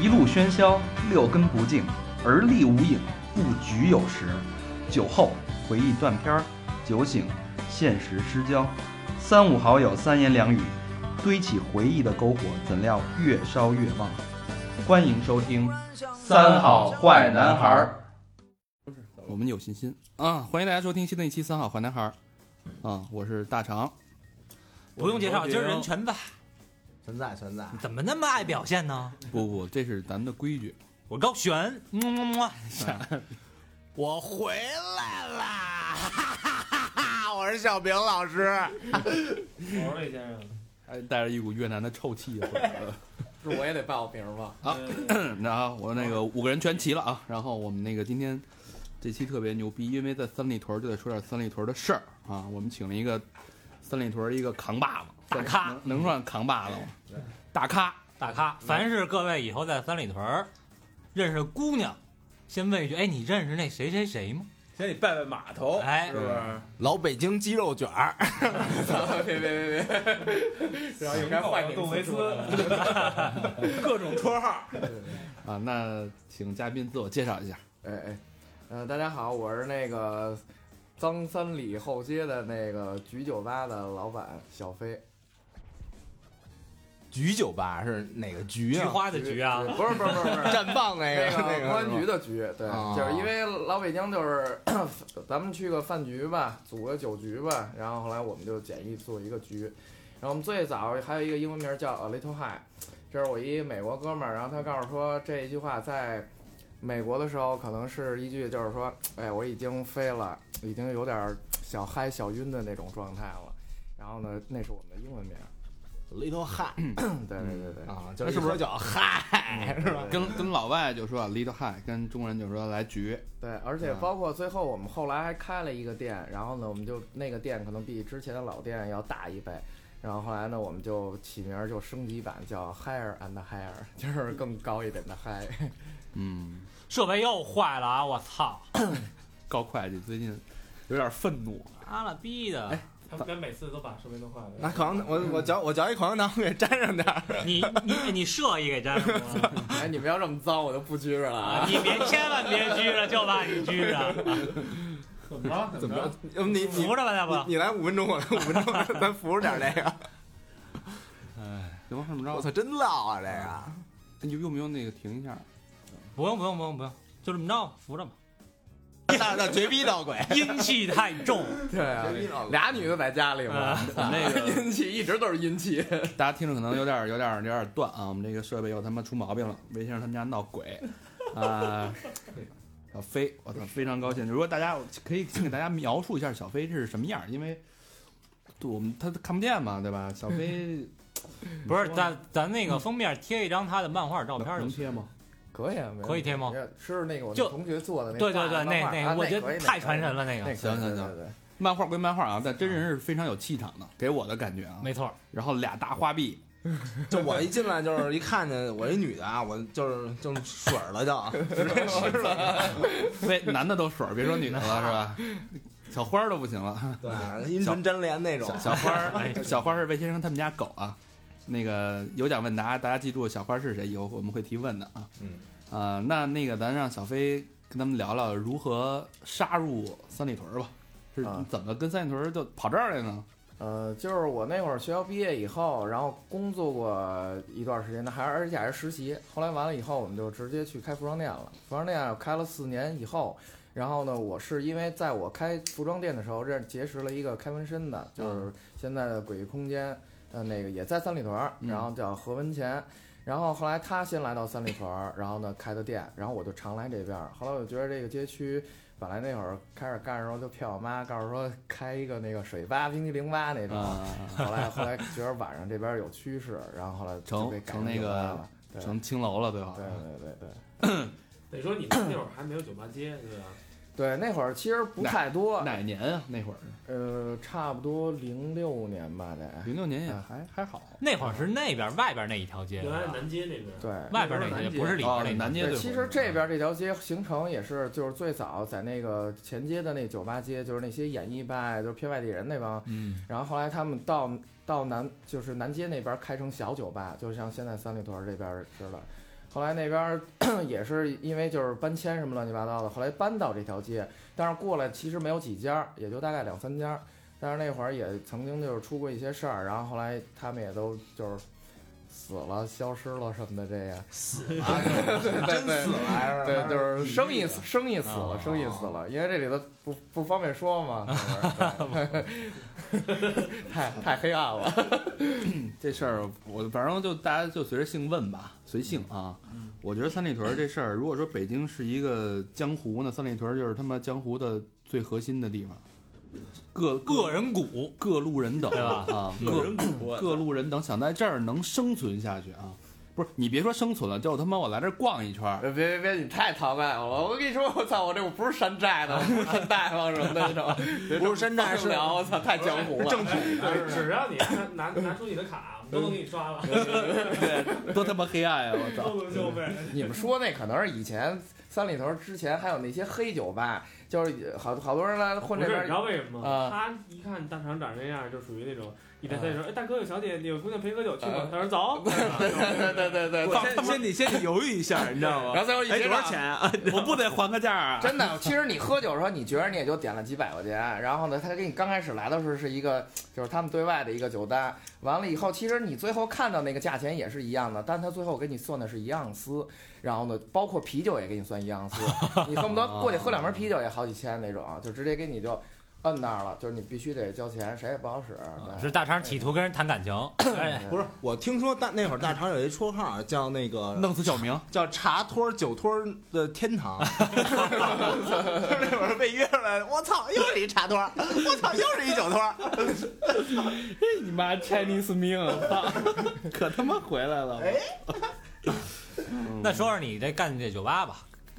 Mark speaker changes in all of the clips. Speaker 1: 一路喧嚣，六根不净，而立无影，不局有时。酒后回忆断片儿，酒醒现实失焦。三五好友三言两语，堆起回忆的篝火，怎料越烧越旺。欢迎收听《三好坏男孩儿》。
Speaker 2: 我们有信心啊！欢迎大家收听新的一期《三好坏男孩》儿》
Speaker 3: 嗯
Speaker 2: 啊！我是大长，
Speaker 4: 不用介绍，今儿人全在，
Speaker 3: 存在存在，
Speaker 4: 怎么那么爱表现呢？
Speaker 2: 不不，这是咱们的规矩。
Speaker 4: 我高璇，么么么，我回来啦！
Speaker 3: 我是小平老师，
Speaker 5: 毛瑞先生，
Speaker 2: 哎，带着一股越南的 臭气回来了。
Speaker 6: 是我也得报个名吗？
Speaker 2: 啊，
Speaker 3: 嗯
Speaker 2: 那好，我那个五个人全齐了啊。然后我们那个今天这期特别牛逼，因为在三里屯儿就得说点三里屯儿的事儿啊。我们请了一个三里屯儿一个扛把子，
Speaker 4: 大咖
Speaker 2: 能能算扛把子吗？大咖，
Speaker 4: 大咖，凡是各位以后在三里屯儿认识姑娘，先问一句：哎，你认识那谁谁谁吗？
Speaker 5: 先得拜拜码头，
Speaker 4: 哎
Speaker 5: 是不是？
Speaker 3: 老北京鸡肉卷儿，
Speaker 6: 别别别 别，然后应该换你
Speaker 5: 杜维斯，
Speaker 6: 各种绰号。
Speaker 2: 啊，那请嘉宾自我介绍一下。
Speaker 6: 哎哎，呃，大家好，我是那个张三里后街的那个菊酒吧的老板小飞。
Speaker 3: 菊酒吧是哪个菊
Speaker 4: 菊
Speaker 3: 啊？
Speaker 4: 花的菊啊，
Speaker 6: 不是不是不是不是。
Speaker 3: 绽放那
Speaker 6: 那
Speaker 3: 个
Speaker 6: 个
Speaker 3: 那个
Speaker 6: 公安局
Speaker 3: 的，
Speaker 6: 的局，对，
Speaker 2: 哦
Speaker 6: 就是因为老北京就是 咱们去个饭局吧，组个酒局吧，然后后来我们就简易做一个局，然后我们最早还有一个英文名叫 A Little High，这是我一美国哥们儿，然后他告诉说这一句话在美国的时候可能是一句就是说，哎，我已经飞了，已经有点儿小嗨小晕的那种状态了，然后呢，那是我们的英文名，
Speaker 3: 里头嗨
Speaker 6: 对对对对，
Speaker 3: 啊，就
Speaker 2: 那是不
Speaker 3: 一说
Speaker 2: 是
Speaker 3: 叫嗨 是吧？
Speaker 2: 跟跟老外就说啊 little high，跟中国人就说来局。
Speaker 6: 对，而
Speaker 3: 嗯
Speaker 6: 且包括最后我们后来还开了一个店，然后呢，我们就那个店可能比之前的老店要大一倍，然后后来呢，我们就起名儿就升级版叫 Higher and Higher，就是 更高一点的 High。
Speaker 2: 嗯，
Speaker 4: 设备又坏了啊！我操，
Speaker 2: 高会计最近有点愤怒。
Speaker 4: 妈了逼的！
Speaker 5: 他们家每次都把设备弄坏了。
Speaker 3: 拿口香糖，我我嚼我嚼一口香糖，给粘上点儿。
Speaker 4: 你你你设一给粘上了
Speaker 6: 哎，你们要这么脏，我就不拘着了
Speaker 4: 啊！
Speaker 6: 啊！
Speaker 4: 你别千万别拘着，就怕你拘着，
Speaker 5: 怎么着？
Speaker 3: 怎
Speaker 5: 怎
Speaker 3: 么
Speaker 5: 着
Speaker 3: 着？？要不你你
Speaker 4: 扶着吧，要不
Speaker 3: 你你来五分钟，我来五分钟， 咱扶着点儿 这个。
Speaker 2: 怎么怎么
Speaker 3: 我
Speaker 2: 着？
Speaker 3: 操，真唠啊这 个！
Speaker 2: 你用不用那个停一下？
Speaker 4: 不用不用不用不用，就这么着扶着吧，
Speaker 3: 那那绝逼闹鬼，
Speaker 4: 阴气太 重。
Speaker 6: 对啊，俩女的在家里
Speaker 3: 呃
Speaker 4: 啊
Speaker 6: 嘛，
Speaker 2: 那个
Speaker 6: 阴气一直都是阴气。
Speaker 2: 大家听着可能有点有点有点断啊，我们这个设备又他妈出毛病了，魏先生他们家闹鬼啊。小飞，我操，非常高兴。如果大家可以先给大家描述一下小飞是什么样儿，因为对我们他看不见嘛，对吧？小飞
Speaker 4: 不是，
Speaker 2: 说
Speaker 4: 咱咱那个封面贴一张他的漫画照
Speaker 2: 能
Speaker 4: 片儿就
Speaker 2: 能
Speaker 4: 行。
Speaker 2: 贴吗？
Speaker 6: 可以啊，
Speaker 4: 可以贴吗？
Speaker 6: 是那个我
Speaker 4: 就
Speaker 6: 们同学做的那
Speaker 4: 对对对，
Speaker 6: 画漫
Speaker 4: 那
Speaker 6: 画啊
Speaker 4: 那我觉
Speaker 6: 可
Speaker 4: 得
Speaker 6: 以
Speaker 4: 太传神。了，那
Speaker 6: 那可
Speaker 4: 个
Speaker 6: 以
Speaker 2: 行行
Speaker 6: 对
Speaker 2: 行
Speaker 6: 对对对
Speaker 2: 漫画归漫画啊，但真人是非常有气场的，给我的感觉啊。
Speaker 4: 没错儿。
Speaker 2: 然后俩大花臂，
Speaker 3: 就我一进来就是一看见我一女的啊，我就是就是水儿 了就，
Speaker 6: 是了，
Speaker 2: 对，男的都水儿，别说女的 了，是吧？小花儿都不行了。
Speaker 3: 对，啊阴唇粘连那种
Speaker 2: 小。小花
Speaker 6: 哎
Speaker 2: 儿，小花儿是魏先生他们家狗啊。那个有奖问啊答，大家记住小花儿是谁，以后我们会提问的啊。
Speaker 3: 嗯，
Speaker 2: 啊、那那个咱让小飞跟他们聊聊如何杀入三里屯儿吧，是
Speaker 6: 啊
Speaker 2: 怎么跟三里屯儿就跑这儿来呢？
Speaker 6: 呃，就是我那会儿学校毕业以后，然后工作过一段时间，那还而且还是实习。后来完了以后，我们就直接去开服装店了。服装店开了四年以后，然后呢，我是因为在我开服装店的时候认结识了一个开纹身的，就是现在的鬼域空间，呃，那个也在三里屯儿，
Speaker 2: 嗯
Speaker 6: 然后叫何文钱。然后后来他先来到三里屯儿，然后呢开的店，然后我就常来这边儿。后来我就觉得这个街区本来那会儿开始干的时候就骗我妈，告诉说开一个那个水吧、冰激凌吧那种。
Speaker 2: 啊、
Speaker 6: 后来后来觉得晚上这边有趋势，然后后来就
Speaker 2: 成
Speaker 6: 被改
Speaker 2: 成那
Speaker 6: 酒吧
Speaker 2: 个
Speaker 6: 了。对
Speaker 2: 成青楼了，对吧？
Speaker 6: 对对对对
Speaker 5: 得说你们那会儿还没有酒吧街，对吧？
Speaker 6: 对，那会儿其实不太多，
Speaker 2: 哪年啊？那会儿
Speaker 6: 呃，差不多零六年吧得。
Speaker 2: 零六年也
Speaker 6: 啊
Speaker 2: 还、还好。
Speaker 4: 那会儿是那边儿外边儿那一条街，啊
Speaker 5: 原来南街那边，
Speaker 6: 对，
Speaker 4: 外边儿那条街，不是里边儿
Speaker 2: 哦
Speaker 4: 那
Speaker 2: 南
Speaker 4: 条街。
Speaker 2: 街
Speaker 6: 对，
Speaker 2: 对。
Speaker 6: 其实这边这条街形成也是，就是最早在那个前街的那酒吧街，就是那些演艺派，就是偏外地人那帮
Speaker 2: 嗯，
Speaker 6: 然后后来他们到到南就是南街那边开成小酒吧，就像现在三里屯这边知道。后来那边儿 也是因为就是搬迁什么乱七八糟的，后来搬到这条街，但是过来其实没有几家儿，也就大概两三家儿。但是那会儿也曾经就是出过一些事儿，然后后来他们也都就是死了、消失了什么的，这个
Speaker 3: 真死了
Speaker 6: 对，就是是生意生意死了
Speaker 4: 哦，
Speaker 6: 生意死了，因为这里头不不方便说嘛，是不是对太太黑暗了。
Speaker 2: 这事儿我反正就大家就随着性问吧，随性啊。
Speaker 6: 嗯
Speaker 2: 我觉得三里屯儿这事儿，如果说北京是一个江湖呢，三里屯儿就是他妈江湖的最核心的地方，各
Speaker 4: 个人股，
Speaker 2: 各路人等，
Speaker 4: 对吧
Speaker 2: 啊，
Speaker 7: 个
Speaker 2: 各
Speaker 7: 人主播，
Speaker 2: 各路人等想在这儿能生存下去啊，不是你别说生存了，就他妈我来这儿逛一圈儿，
Speaker 6: 别别别，你太淘概我了！我跟你说，我操，我这我不是山寨的，我不是山大王什么的那种，
Speaker 3: 不是山寨
Speaker 6: 不
Speaker 3: 是
Speaker 6: 了，我操，太江湖了。正
Speaker 5: 只只要你拿拿拿出你的卡，我们都能给你刷了，
Speaker 2: 多他妈黑暗呀！我操，
Speaker 5: 都能消费。
Speaker 6: 你们说那可能是以前三里屯之前还有那些黑酒吧，就是好好多人来混
Speaker 5: 不
Speaker 6: 这
Speaker 5: 是，你知
Speaker 6: 边。
Speaker 5: 道为什么
Speaker 6: 啊
Speaker 5: 吗？他一看大厂长那样，就属于那种你在那时候，哎，大哥有小姐，有姑娘陪喝酒去吗？他说走。
Speaker 6: 对对对对，
Speaker 7: 我先先得先得犹豫一下，你知道
Speaker 6: 然
Speaker 7: 吗？
Speaker 6: 后最后一
Speaker 7: 哎，
Speaker 6: 结
Speaker 7: 多
Speaker 6: 账
Speaker 7: 少钱啊？我不得还个价啊？
Speaker 6: 真的，其实你喝酒的时候，你觉得你也就点了几百块钱，然后呢，他给你刚开始来的时候是一个，就是他们对外的一个酒单，完了以后，其实你最后看到那个价钱也是一样的，但他最后给你算的是一盎司，然后呢，包括啤酒也给你算一 盎司，你恨不得过去喝两瓶啤酒也好几千那种，就直接给你就摁那儿了，就是你必须得交钱，谁也不好使。
Speaker 2: 啊
Speaker 6: 对
Speaker 4: 是大肠企图跟人谈感情，
Speaker 3: 嗯
Speaker 4: 哎，
Speaker 3: 不是，我听说大那会儿大肠有一绰号叫那个
Speaker 2: 弄死小明，
Speaker 3: 叫茶托儿酒托儿的天 堂，那会儿被约出来，我操，又是一茶托儿，我操，又是一酒托儿，
Speaker 2: 你妈 Chinese 命， 可他妈回来了。
Speaker 3: 哎
Speaker 4: 那说说你这干这酒吧吧，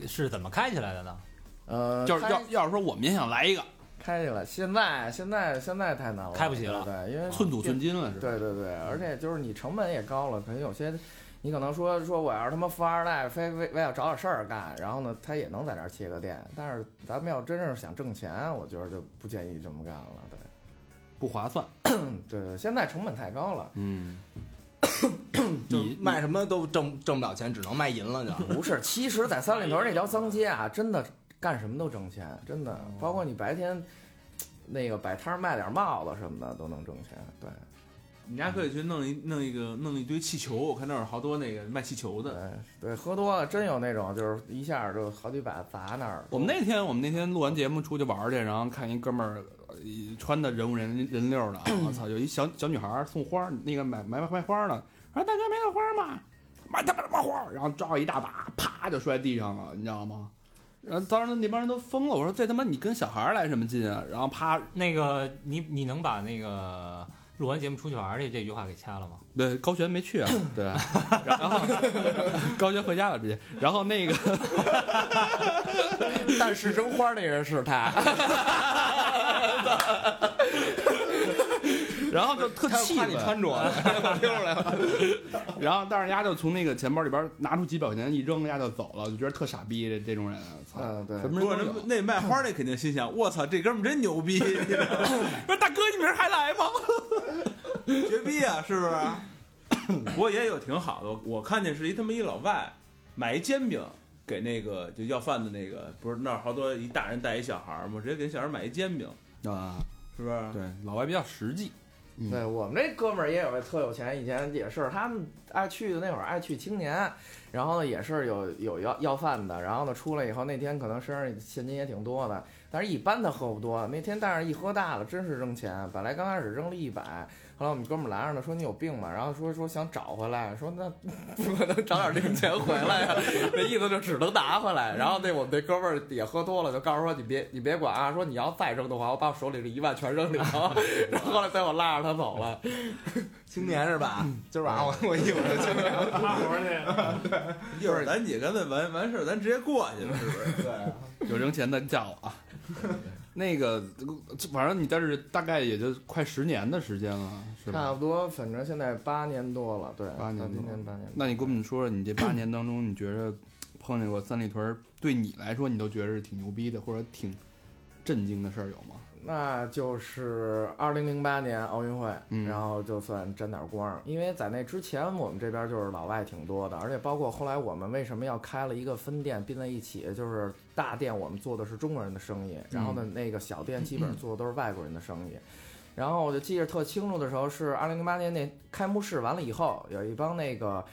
Speaker 4: 是怎么开起来的呢？
Speaker 6: 呃，
Speaker 2: 就是
Speaker 6: 开
Speaker 2: 要要是说我们也想来一个，
Speaker 6: 开起来，现在现在现在太难了，
Speaker 4: 开不起了
Speaker 6: 对，因为
Speaker 2: 寸土寸金了是吧？
Speaker 6: 对对对，而且就是你成本也高了，可能有些你可能说说我要是他妈富二代，非非非要找点事儿干，然后呢，他也能在这儿砌个店。但是咱们要真是想挣钱，我觉得就不建议这么干了。对
Speaker 2: 不划算。
Speaker 6: 嗯对对，现在成本太高了。
Speaker 2: 嗯，
Speaker 3: 就
Speaker 2: 你
Speaker 3: 卖什么都挣挣不了钱，只能卖淫了就。
Speaker 6: 不是，其实，在三里屯那条脏街啊，真的干什么都挣钱，真的，包括你白天那个摆摊儿卖点帽子什么的都能挣钱。对
Speaker 7: 你家可以去弄一弄一个弄一堆气球，我看那会儿好多那个卖气球
Speaker 6: 对
Speaker 7: 的。
Speaker 6: 哎对，喝多了真有那种就是一下就好几百砸那儿。
Speaker 2: 我们那天我们那天录完节目出去玩儿去，然后看一哥们儿呃穿的人五人人六的啊， 我操，有一小小女孩儿送花儿，那个买买买花儿呢，说大哥买朵花儿吗？买他妈什么花儿？然后抓一大把，啪就摔地上了，你知道吗？然后当时那帮人都疯了，我说这他妈你跟小孩儿来什么劲啊？然后啪，
Speaker 4: 那个你你能把那个录完节目出去玩儿去这句话给掐了吗？
Speaker 2: 对，高璇没去啊，对，然后 高璇回家了直接，然后那个
Speaker 6: 但是扔花那人是他，
Speaker 2: 然后就特气愤，
Speaker 3: 着， 溜出来了。
Speaker 2: 然后但是人家就从那个钱包里边拿出几百块钱一扔，人家就走了，就觉得特傻逼这这种人，操，
Speaker 6: 嗯对
Speaker 2: 什么
Speaker 7: 不过
Speaker 2: 人
Speaker 7: 那
Speaker 2: 都有。
Speaker 7: 那卖花那肯定心想，我操，这哥们儿真牛 逼，
Speaker 2: 不是大哥，你明儿还来吗？
Speaker 7: 绝逼啊，是不是？ 不过也有挺好的，我看见是一他妈一老外买一煎饼给那个就要饭的那个，不是那儿好多一大人带一小孩儿嘛，直接给小孩儿买一煎饼，
Speaker 2: 啊，
Speaker 7: 是不是？
Speaker 2: 对，老外比较实 际，
Speaker 6: 对我们这哥们儿也有一特有钱，以前也是他们爱去的那会儿爱去青年，然后呢也是有有要要饭的，然后呢出来以后那天可能身上现金也挺多的，但是一般他喝不多，那天但是一喝大了真是扔钱，本来刚开始扔了一百，后来我们哥们儿拦着呢说你有病吧，然后说说想找回来，说那 不可能找点零钱回来呀、 那意思就只能拿回来，然后那我们那哥们儿也喝多了，就告诉说你别你别管啊，说你要再扔的话，我把我手里这一万全扔里头。 然后后来最后拉着他走 了。
Speaker 3: 青年是吧？今儿晚上我我一会儿就青年了。
Speaker 5: 干活 去，
Speaker 7: 一会儿咱姐干脆完完事儿，咱直接过去了，是不是？
Speaker 2: 有扔钱的叫我啊。那个，反正你在这儿大概也就快十年的时间了，是吧？
Speaker 6: 差不多，反正现在八年多了，对，
Speaker 2: 八年多
Speaker 6: 到今年八年多。
Speaker 2: 那你跟我们说说，你这八年当中，你觉着碰见过三里屯儿，对你来说，你都觉着是挺牛逼的，或者挺震惊的事儿有吗？
Speaker 6: 那就是二零零八年奥运会，
Speaker 2: 嗯
Speaker 6: 然后就算沾点光。因为在那之前，我们这边就是老外挺多的，而且包括后来我们为什么要开了一个分店并在一起，就是大店我们做的是中国人的生意，然后呢那个小店基本上做的都是外国人的生意。然后我就记着特清楚的时候是二零零八年那开幕式完了以后，有一帮那个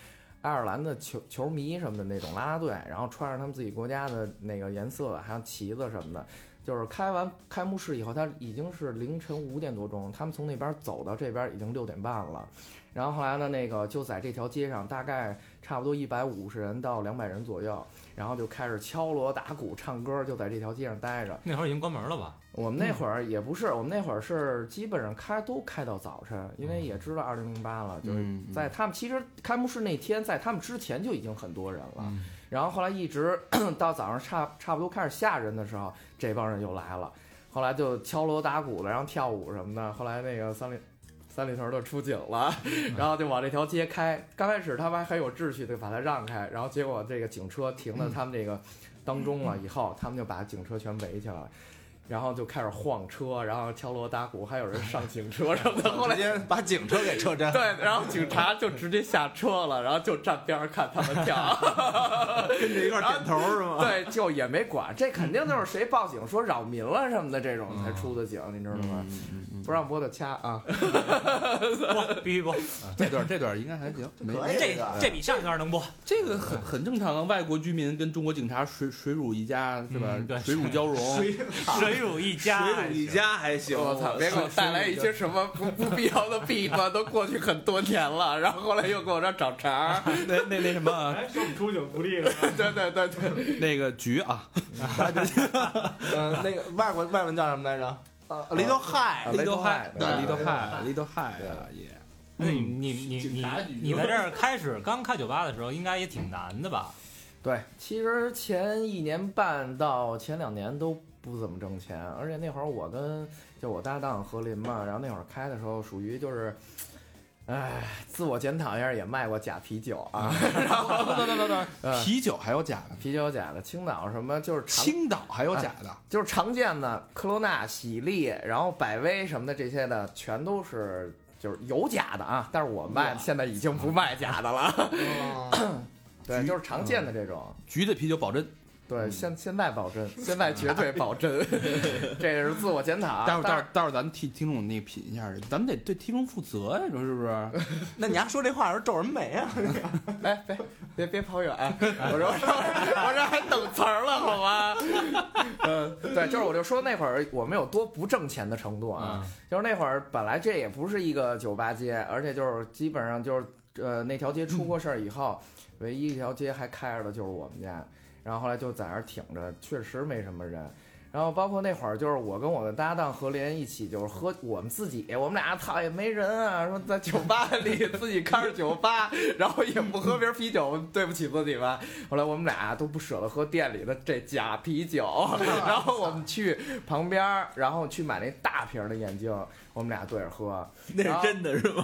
Speaker 6: 爱尔兰的球球迷什么的那种啦啦队，然后穿着他们自己国家的那个颜色，还有旗子什么的。就是开完开幕式以后，他已经是凌晨五点多钟，他们从那边走到这边已经六点半了。然后后来呢，那个就在这条街上，大概差不多一百五十人到两百人左右，然后就开始敲锣打鼓、唱歌，就在这条街上待着。
Speaker 4: 那会儿已经关门了吧？
Speaker 6: 我们
Speaker 2: 嗯
Speaker 6: 那会儿也不是，我们那会儿是基本上开都开到早晨，因为也知道二零零八了，就是
Speaker 2: 嗯嗯
Speaker 6: 在他们其实开幕式那天，在他们之前就已经很多人了，
Speaker 2: 嗯
Speaker 6: 然后后来一直 到早上差差不多开始吓人的时候，这帮人又来了，后来就敲锣打鼓的，然后跳舞什么的，后来那个三里。三里屯儿就出警了， 然后就往这条街开。刚开始他们还很有秩序的把它让开，然后结果这个警车停到他们这个当中了以后，他们就把警车全围起来了，然后就开始晃车，然后敲锣打鼓，还有人上警车什么的。后来
Speaker 3: 直接把警车给车 震。
Speaker 6: 对，然后警察就直接下车了，然后就站边上看他们跳，
Speaker 7: 跟着一块儿点头是吗？
Speaker 6: 对，就也没管，这肯定就是谁报警说扰民了什么的这种才出的警，你知道
Speaker 2: 嗯
Speaker 6: 吗？不让播的掐啊！
Speaker 4: 不，必须播。
Speaker 2: 啊这段这段应该还行，没
Speaker 3: 可以
Speaker 4: 这
Speaker 3: 的
Speaker 4: 这比上一段能播，
Speaker 2: 这个很很正常啊。外国居民跟中国警察水水乳一家是吧
Speaker 4: 嗯？对
Speaker 2: 水乳交融，
Speaker 3: 啊
Speaker 4: 水乳一家，
Speaker 7: 水乳一家还行，
Speaker 6: 我操，别给我带来一些什么不不必要的弊端，都过去很多年了，然后后来又给我这儿找茬儿，
Speaker 2: 那那那什么啊，
Speaker 5: 哎，说我们出警不利了，
Speaker 6: 对对对对，
Speaker 2: 那个局啊，
Speaker 3: 嗯，那个外国外文叫什么来着？呃，雷都
Speaker 6: 啊
Speaker 3: 嗨，
Speaker 2: 利
Speaker 6: 雷啊
Speaker 2: 多
Speaker 6: 多
Speaker 2: 害
Speaker 6: 害，
Speaker 2: 利
Speaker 3: 对
Speaker 2: 多害，利多害啊，也
Speaker 6: 嗯
Speaker 4: 对嗯你你你你在这儿开始刚开酒吧的时候，应该也挺难的吧？
Speaker 6: 对，其实前一年半到前两年都不怎么挣钱，而且那会儿我跟就我搭档何林嘛，然后那会儿开的时候属于就是。唉，自我检讨一下，也卖过假啤酒啊，
Speaker 2: 等等等等
Speaker 6: 嗯
Speaker 2: 啤酒还有假的，
Speaker 6: 啤酒假的，青岛什么就是常
Speaker 2: 青岛还有假的，
Speaker 6: 就是常见的科罗娜、喜力，然后百威什么的这些的，全都是就是有假的啊，但是我卖现在已经不卖假的了，对，就是常见的这种，
Speaker 2: 局的啤酒保真。嗯
Speaker 6: 对，现现在保真，现在 绝对保真，这是自我检讨。啊
Speaker 2: 待会儿待
Speaker 6: 但
Speaker 2: 会
Speaker 6: 是
Speaker 2: 儿待会儿咱们替听众那个品一下，咱们得对听众负责呀，你说是不是？
Speaker 3: 那你还说这话的时候皱什么眉啊？
Speaker 6: 哎，别别别跑远，我说我说我这还等词儿了好吗？ 嗯，对，就是我就说那会儿我们有多不挣钱的程度
Speaker 2: 嗯
Speaker 6: 啊，就是那会儿本来这也不是一个酒吧街，而且就是基本上就是呃那条街出过事儿以后，唯一一条街还开着的就是我们家，然后后来就在那儿挺着，确实没什么人。然后包括那会儿，就是我跟我的搭档何林一起，就是喝我们自己，我们俩操也没人啊，说在酒吧里自己开着酒吧，然后也不喝瓶啤酒，对不起自己吧。后来我们俩都不舍得喝店里的这假啤 酒，然后我们去旁边儿，然后去买那大瓶儿的眼镜，我们俩对着喝，
Speaker 7: 那是真的是吗？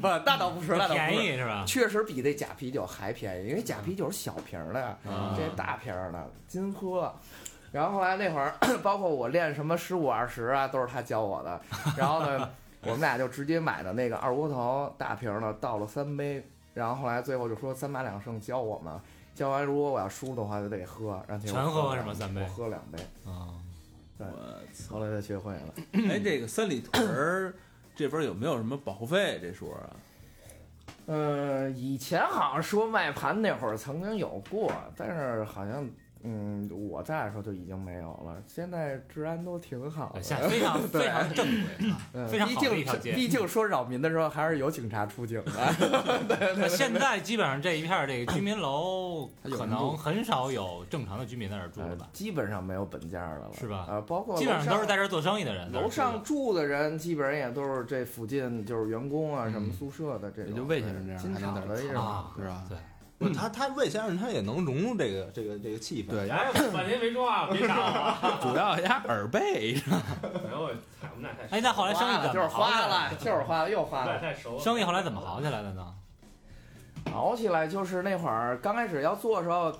Speaker 6: 不，那倒不是，那倒不是
Speaker 4: 便宜是 吧？
Speaker 6: 确实比那假啤酒还便宜，因为假啤酒是小瓶儿的呀，
Speaker 4: 啊
Speaker 6: 这大瓶儿的金喝。然后后来那会儿， 包括我练什么十五二十啊，都是他教我 的。然后呢，我们俩就直接买的那个二锅头大瓶儿的，倒了三杯。然后后来最后就说三八两胜教我嘛，教完如果我要输的话就得喝，然后结果
Speaker 4: 全喝
Speaker 6: 了
Speaker 4: 是吗三杯
Speaker 6: 我喝两杯，哦
Speaker 4: 啊，
Speaker 7: 我操！
Speaker 6: 后来就学会了。
Speaker 7: 哎，这个三里屯儿这边有没有什么保护费这说啊？
Speaker 6: 呃，以前好像说卖盘那会儿曾经有过，但是好像嗯，我在的时候就已经没有了。现在治安都挺好
Speaker 4: 哦现
Speaker 6: 的，
Speaker 4: 在 非常
Speaker 6: 对
Speaker 4: 非常正规啊。
Speaker 6: 嗯
Speaker 4: 哎非常
Speaker 6: 毕
Speaker 4: 好的一条
Speaker 6: 竟
Speaker 4: 街嗯
Speaker 6: 毕竟说扰民的时候还是有警察出警的。
Speaker 4: 那现在基本上这一片儿这个居民楼，
Speaker 2: 它有
Speaker 4: 可
Speaker 2: 人住
Speaker 4: 能很少有正常的居民在这儿住了
Speaker 6: 呃
Speaker 4: 吧？
Speaker 3: 哎
Speaker 6: 基本上没有本家的了，
Speaker 4: 是吧
Speaker 6: 呃，包括
Speaker 4: 基本上
Speaker 6: 楼
Speaker 4: 都是在这儿做生意的人。
Speaker 6: 楼上住的人，基本上也都是这附近就是员工啊，
Speaker 4: 嗯
Speaker 6: 什么宿舍的这种，
Speaker 2: 也就魏先生这样
Speaker 6: 金
Speaker 2: 还能
Speaker 6: 厂
Speaker 2: 在这儿
Speaker 6: 的也是
Speaker 4: 啊，
Speaker 2: 是吧？
Speaker 4: 对，
Speaker 3: 嗯他他魏先生他也能融入这个这个这个气氛。
Speaker 2: 对，
Speaker 5: 哎，我半天没说话，别打我，
Speaker 2: 主要压耳背，
Speaker 5: 然后我踩我们俩太熟
Speaker 4: 哎，那后来生意
Speaker 6: 花
Speaker 4: 怎么
Speaker 6: 了就是
Speaker 4: 好起
Speaker 6: 花
Speaker 4: 来了？
Speaker 6: 了，就是花了，又
Speaker 5: 我
Speaker 6: 花
Speaker 5: 们
Speaker 6: 了
Speaker 5: 俩。太熟了，
Speaker 4: 生意后来怎么好起来的呢？
Speaker 6: 熬起来就是那会儿刚开始要做的时候，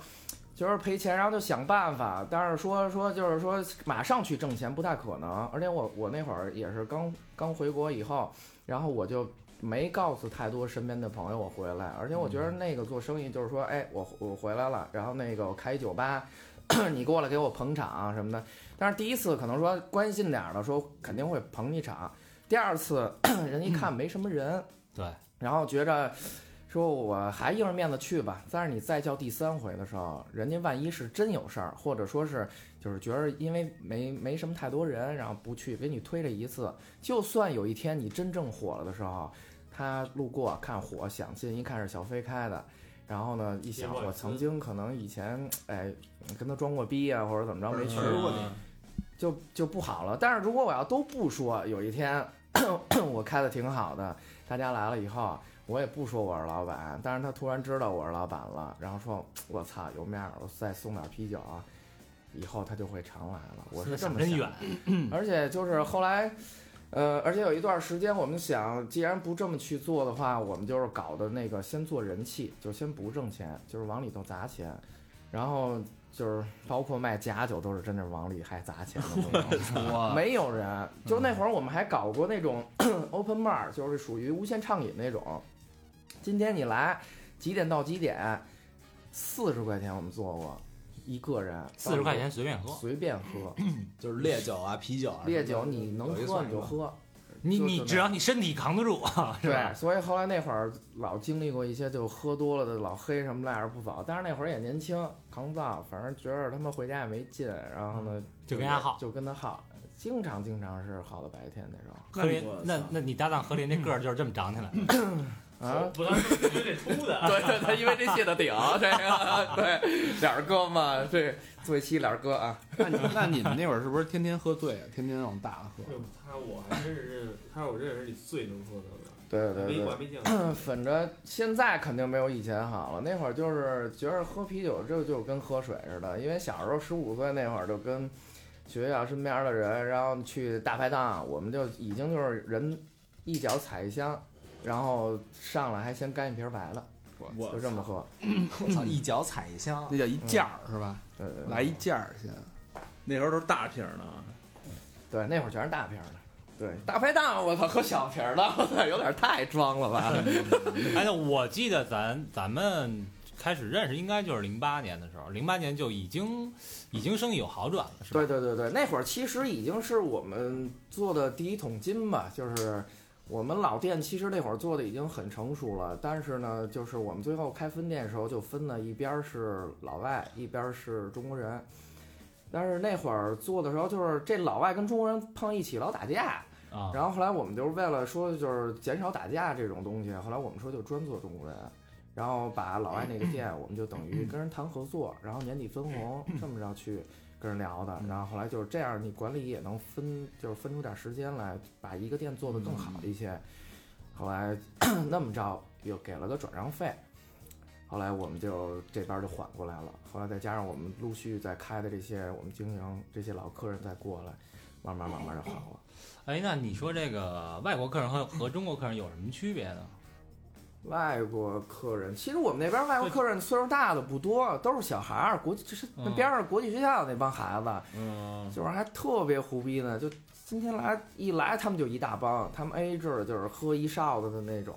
Speaker 6: 就是赔钱，然后就想办法。但是说说就是说马上去挣钱不太可能，而且我我那会儿也是刚刚回国以后，然后我就没告诉太多身边的朋友我回来，而且我觉得那个做生意就是说，哎，我我回来了，然后那个我开一酒吧。 你过来给我捧场啊什么的，但是第一次可能说关心点儿的说肯定会捧你场，第二次 人一看没什么人，
Speaker 4: 对，
Speaker 6: 然后觉着说我还硬着面子去吧。但是你再叫第三回的时候，人家万一是真有事儿，或者说是就是觉着因为没没什么太多人，然后不去，给你推了一次。就算有一天你真正火了的时候，他路过看火想进，一看是小飞开的。然后呢，一想
Speaker 5: 结果
Speaker 6: 我曾经可能以前哎跟他装过逼啊，或者怎么着没去，
Speaker 7: 嗯
Speaker 6: 就就不好了。但是如果我要都不说，有一天 我开的挺好的，大家来了以后，我也不说我是老板，但是他突然知道我是老板了，然后说我操有面儿，我再送点啤酒啊，以后他就会常来了。我是这么
Speaker 4: 真
Speaker 6: 想的
Speaker 4: 远，
Speaker 6: 而且就是后来，呃，而且有一段时间，我们想，既然不这么去做的话，我们就是搞的那个先做人气，就先不挣钱，就是往里头砸钱，然后就是包括卖假酒都是真的往里还砸钱的 那种
Speaker 2: 哇，
Speaker 6: 没有人。就那会儿我们还搞过那种呃 open bar，就是属于无限畅饮那种。呃今天你来几点到几点？四十块钱我啊们做过一个人，
Speaker 4: 四十块钱随便喝。
Speaker 6: 随便喝。
Speaker 3: 就是烈酒啊、啤酒啊，
Speaker 6: 烈酒你能
Speaker 3: 有一
Speaker 6: 喝
Speaker 3: 算
Speaker 6: 你
Speaker 3: 一
Speaker 6: 就
Speaker 3: 个
Speaker 6: 喝，
Speaker 4: 你
Speaker 6: 就
Speaker 4: 你
Speaker 6: 就
Speaker 4: 只
Speaker 6: 那
Speaker 4: 要你身体扛得 住，是吧
Speaker 6: 对，？所以后来那会儿老经历过一些就喝多了的老黑什么赖着不走，但是那会儿也年轻抗造，反正觉着他们回家也没劲，然后呢
Speaker 4: 就跟他耗
Speaker 6: 嗯就跟他耗，经常经常是耗到白天那嗯种
Speaker 4: 何林
Speaker 7: 那我，
Speaker 4: 那
Speaker 7: 操
Speaker 4: 那你搭档何林那个儿就是这么长起来 的，
Speaker 6: 啊。
Speaker 5: 不是，有点秃的。
Speaker 6: 对对对，因为这谢的顶，这个对脸儿哥嘛，对做一期脸儿哥啊，
Speaker 2: 那你 那你们那会儿是不是天天喝醉啊？天天往大了喝？
Speaker 5: 他我还真是认，他是我认识里最能喝的
Speaker 6: 对
Speaker 5: 了，
Speaker 6: 对
Speaker 5: 没
Speaker 6: 对
Speaker 5: 管。没见过。
Speaker 6: 反正现在肯定没有以前好了。那会儿就是觉着喝啤酒这就跟喝水似的，因为小时候十五岁那会儿就跟学校身边的人，然后去大排档，我们就已经就是人一脚踩一箱，然后上来还先干一瓶白的，
Speaker 7: 我
Speaker 6: 就这么喝。
Speaker 3: 我操，一脚踩一箱，嗯
Speaker 2: 那叫一件儿是吧？
Speaker 6: 对对对
Speaker 2: 来一件儿先。
Speaker 7: 那时候都是大瓶儿呢，
Speaker 6: 对，那会儿全是大瓶的。对，大排档我操，喝小瓶的，我操，有点太装了吧？
Speaker 4: 哎，那我记得咱咱们开始认识应该就是零八年的时候，零八年就已经已经生意有好转了，是吧？
Speaker 6: 对对对对，那会儿其实已经是我们做的第一桶金吧，就是我们老店其实那会儿做的已经很成熟了，但是呢，就是我们最后开分店的时候就分了一边儿是老外，一边儿是中国人。但是那会儿做的时候，就是这老外跟中国人碰一起老打架，
Speaker 4: 啊，
Speaker 6: 然后后来我们就是为了说就是减少打架这种东西，后来我们说就专做中国人，然后把老外那个店我们就等于跟人谈合作，然后年底分红这么着去跟人聊的，然后后来就是这样，你管理也能分就是分出点时间来把一个店做得更好一些。后来 那么着又给了个转让费，后来我们就这边就缓过来了。后来再加上我们陆续在开的这些我们经营这些老客人再过来，慢慢慢慢就好了。
Speaker 4: 哎，那你说这个外国客人和和中国客人有什么区别呢？
Speaker 6: 外国客人，其实我们那边外国客人岁数大的不多，都是小孩儿，国际这是那
Speaker 4: 嗯
Speaker 6: 边上国际学校那帮孩子，
Speaker 7: 嗯，
Speaker 6: 就是还特别胡逼呢。就今天来一来，他们就一大帮，他们 A 制就是喝一哨子的那种，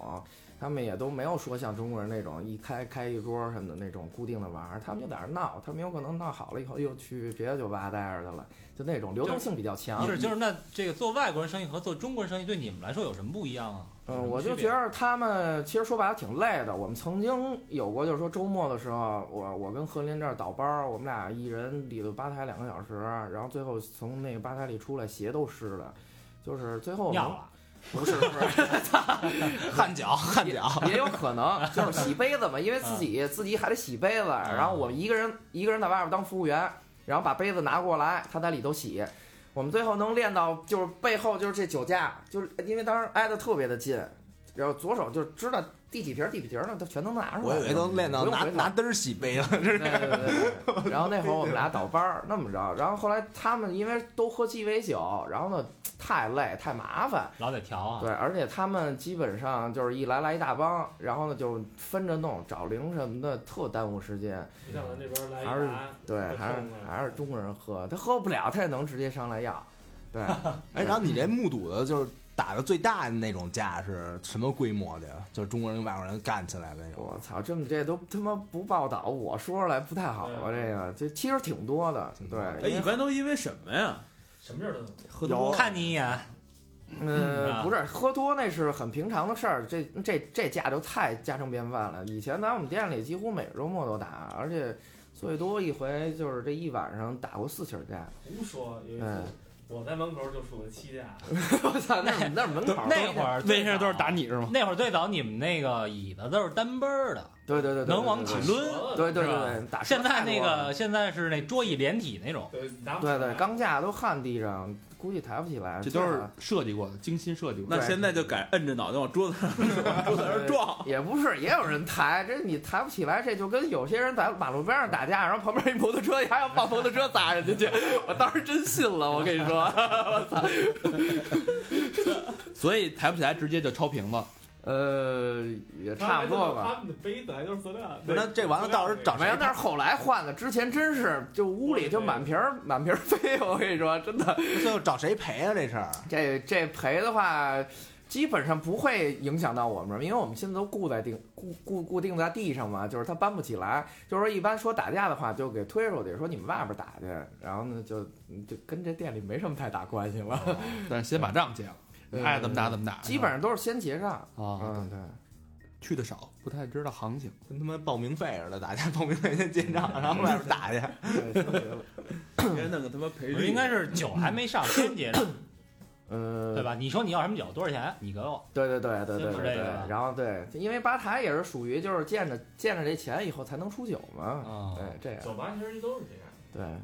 Speaker 6: 他们也都没有说像中国人那种一开开一桌什么的那种固定的玩儿，他们就在那儿闹，他们有可能闹好了以后又去别的酒吧待着去了，就那种流动性比较强。
Speaker 4: 是就是那这个做外国人生意和做中国人生意对你们来说有什么不一样啊？有
Speaker 6: 嗯，
Speaker 4: 什么
Speaker 6: 我就
Speaker 4: 区
Speaker 6: 觉
Speaker 4: 别
Speaker 6: 得他们其实说白了挺累的。我们曾经有过，就是说周末的时候，我我跟何林这儿倒班儿，我们俩一人里头吧台两个小时，然后最后从那个吧台里出来，鞋都湿了。就是最后我们
Speaker 4: 尿了，
Speaker 6: 不是不是，
Speaker 3: 汗脚汗脚，
Speaker 6: 也 有可能就是洗杯子嘛，因为自
Speaker 3: 嗯
Speaker 6: 己自己还得洗杯子，然后我们一个人一个人在外边当服务员，然后把杯子拿过来，他在里头洗。我们最后能练到就是背后就是这酒架，就是因为当时挨得特别的近，然后左手就知道第几瓶儿第几瓶儿了，都全都拿出
Speaker 3: 我
Speaker 6: 来了。
Speaker 3: 以为都练到
Speaker 6: 不用
Speaker 3: 拿
Speaker 6: 回头
Speaker 3: 拿灯儿洗杯了，
Speaker 6: 对对对。然后那会儿我们俩倒班儿，那么着。然后后来他们因为都喝鸡尾酒，然后呢太累太麻烦，
Speaker 4: 老得调啊。
Speaker 6: 对，而且他们基本上就是一来来一大帮，然后呢就分着弄，找零什么的，特耽误时间。
Speaker 5: 不像咱这边来一
Speaker 6: 还是
Speaker 5: 拿
Speaker 6: 对，还是还是中国人喝，他喝不了，他也能直接上来要。对，
Speaker 3: 哎，然后你这目睹的就是打的最大的那种架是什么规模的呀？就是中国人跟外国人干起来的那种。
Speaker 6: 我操，这么这都他妈不报道，我说出来不太好吧？这个这其实挺多的，
Speaker 7: 哎，
Speaker 6: 对，因
Speaker 7: 一
Speaker 6: 为
Speaker 7: 般都因为什么呀？
Speaker 5: 什么事儿都能。
Speaker 7: 喝多了
Speaker 4: 看你一眼，
Speaker 6: 呃，不是喝多那是很平常的事儿，这这这架就太家常便饭了。以前咱们店里几乎每个周末都打，而且最多一回就是这一晚上打过四起儿架。
Speaker 5: 胡说，有一次
Speaker 6: 嗯
Speaker 5: 我在门口就数了七架，
Speaker 6: 我操，那是那是门口儿
Speaker 4: 那会儿
Speaker 2: 那些人都是打你是吗？
Speaker 4: 那会儿最早你们那个椅子都是单背儿的，
Speaker 6: 对对对对，
Speaker 4: 能往起
Speaker 6: 对
Speaker 4: 抡。
Speaker 6: 对对对
Speaker 4: 是吧
Speaker 6: 对，打
Speaker 4: 现在
Speaker 6: 太
Speaker 4: 那
Speaker 6: 多了
Speaker 4: 个现在是那桌椅连体那种，
Speaker 5: 对，拿不
Speaker 6: 对
Speaker 5: 起
Speaker 6: 对
Speaker 5: 来
Speaker 6: 钢架都焊地上，估计抬不起来。
Speaker 2: 这都
Speaker 6: 最
Speaker 2: 是
Speaker 6: 好
Speaker 2: 设计过的，精心设计过的。
Speaker 7: 那现在就改摁着脑袋往桌子上往桌子上撞。
Speaker 6: 也不是，也有人抬，这你抬不起来，这就跟有些人在马路边上打架，然后旁边一摩托车还要放摩托车砸人家去，我当时真信了，我跟你说，
Speaker 2: 所以抬不起来，直接就抄瓶子。
Speaker 6: 呃，也差不多吧。
Speaker 5: 他们的杯子还都是塑料的。
Speaker 3: 那这完了，到时候找
Speaker 6: 没有
Speaker 3: 谁，？
Speaker 6: 那是后来换的，之前真是就屋里就满瓶儿满瓶儿飞，我跟你说，真的。
Speaker 3: 最后找谁赔啊？这事儿
Speaker 6: 这这赔的话，基本上不会影响到我们，因为我们现在都固在定固固固定在地上嘛，就是它搬不起来。就是说，一般说打架的话，就给推出去，说你们外边打去，然后呢，就就跟这店里没什么太大关系了。
Speaker 2: 但是先把账结了，
Speaker 6: 对
Speaker 2: 哦 爱怎么打怎么打。
Speaker 6: 基本上都是先结账。
Speaker 2: 啊，
Speaker 6: 嗯，对，
Speaker 2: 去的少，不太知道行情。
Speaker 3: 跟他妈报名费似的，打架报名费先结账，然后外边 打去。
Speaker 7: 应该弄个他妈赔
Speaker 4: 我
Speaker 7: 率，
Speaker 4: 应该是酒还没上先结账，
Speaker 6: 呃，
Speaker 4: 对？吧？你说你要什么酒，多少钱？你给我。
Speaker 6: 对对对对对
Speaker 4: 是
Speaker 6: 对
Speaker 4: 这
Speaker 6: 对
Speaker 4: 个吧。
Speaker 6: 然后对，因为吧台也是属于就是见着见着这钱以后才能出酒嘛。
Speaker 4: 啊
Speaker 2: 哦
Speaker 6: 对，这样
Speaker 5: 酒吧其实都是这样。
Speaker 6: 对。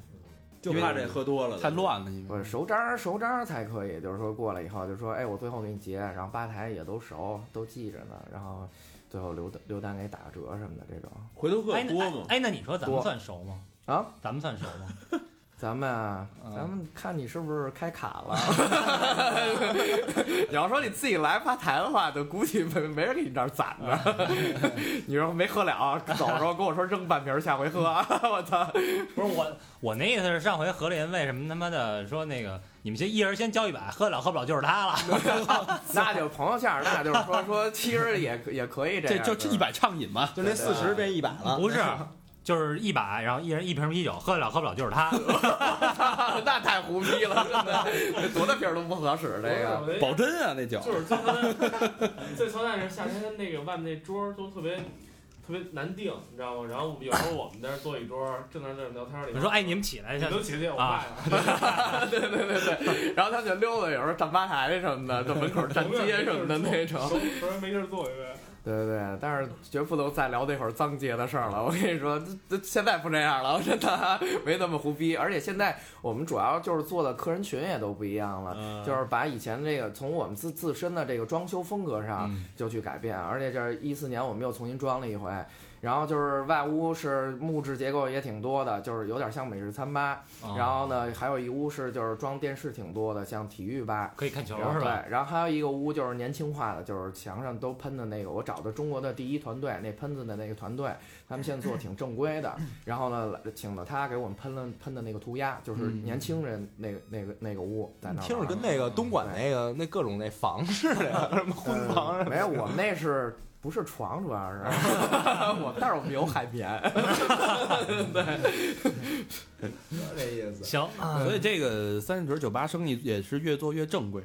Speaker 7: 就怕这喝多了
Speaker 2: 太。乱了，因
Speaker 6: 不
Speaker 2: 为
Speaker 6: 是熟章儿熟章儿才可以，就是说过来以后就说，哎，我最后给你结，然后吧台也都熟，都记着呢，然后最后留留单给打个折什么的这种。
Speaker 7: 回头喝
Speaker 4: 哎，
Speaker 7: 多
Speaker 4: 那
Speaker 7: 吗？
Speaker 4: 哎，那你说咱们
Speaker 6: 多
Speaker 4: 算熟吗？
Speaker 6: 啊，
Speaker 4: 咱们算熟吗？
Speaker 6: 咱们啊，
Speaker 2: 嗯
Speaker 6: 咱们看你是不是开卡了。 你要说你自己来吧台的话，就估计没没人给你这儿攒 着。你说没喝了，走的时候跟我说扔半瓶儿，下回喝 啊。我操！
Speaker 4: 不是我，我那意思是上回何林为什么他妈的说那个你们先一人先交一百，喝得了喝不了就是他了。
Speaker 6: 那就朋友圈儿，那就是说说其实也也可以
Speaker 2: 这
Speaker 6: 样。
Speaker 2: 就是一百畅饮嘛。
Speaker 3: 啊就那四十变一百了，
Speaker 4: 不是，就是一百，然后一人一瓶啤酒，喝得了喝不了就是他。
Speaker 6: 啊那太胡逼了，真的， 多大瓶儿都不合适。这个
Speaker 5: 我那
Speaker 2: 保真啊，那酒
Speaker 5: 就是最操蛋，最操蛋是夏天他那个外面那桌儿都特别特别难定，你知道吗？然后有时候我们在那儿坐一桌儿，正常在那儿聊天儿里，
Speaker 4: 你说哎，你们起来一
Speaker 5: 你
Speaker 4: 下。
Speaker 5: 都起不起我
Speaker 4: 啊
Speaker 5: 爸呀？
Speaker 6: 对对对对，然后他们就溜达，有时候站吧台什么的，到门口站街什么的那种。
Speaker 5: 熟 熟人没地儿坐一位。
Speaker 6: 对对对，但是绝不能再聊那会儿脏街的事儿了。我跟你说，这这现在不这样了，真的没那么胡逼。而且现在我们主要就是做的客人群也都不一样了，
Speaker 7: 嗯
Speaker 6: 啊就是把以前这个从我们自自身的这个装修风格
Speaker 2: 啊
Speaker 6: 上，
Speaker 4: 嗯
Speaker 3: 啊
Speaker 6: 就去改变，而且这一四年我们又重新装了一回，然后就是外屋是木质结构也挺多的，就是有点像美式餐吧，
Speaker 4: 哦
Speaker 6: 然后呢还有一屋是就是装电视挺多的，像体育吧。
Speaker 4: 可以看球
Speaker 6: 然后
Speaker 4: 是
Speaker 6: 对
Speaker 4: 吧？，
Speaker 6: 然后还有一个屋就是年轻化的，就是墙上都喷的那个，我找的中国的第一团队那喷子的那个团队，他们现在做挺正规 的。然后呢，请了他给我们喷了喷的那个涂鸦，就是
Speaker 2: 嗯
Speaker 6: 年轻人那个那个那个屋在那儿玩儿。
Speaker 3: 听着跟那个东莞那个那各种那房似的呀，什么婚房啊似的。
Speaker 6: 没有，我们那是不是床主要是？ 我但是我们有海绵。
Speaker 3: 哎这意思。
Speaker 4: 行，
Speaker 2: 所以这个三里屯酒吧生意也是越做越正规，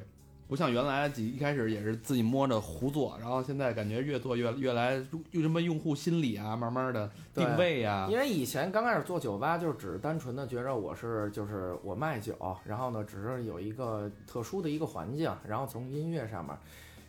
Speaker 2: 不像原来几一开始也是自己摸着胡做，然后现在感觉越做越越来用什么用户心理啊，慢慢的
Speaker 6: 对
Speaker 2: 定位啊，
Speaker 6: 因为以前刚开始做酒吧，就只是单纯的觉着我是就是我卖酒，然后呢，只是有一个特殊的一个环境，然后从音乐上面。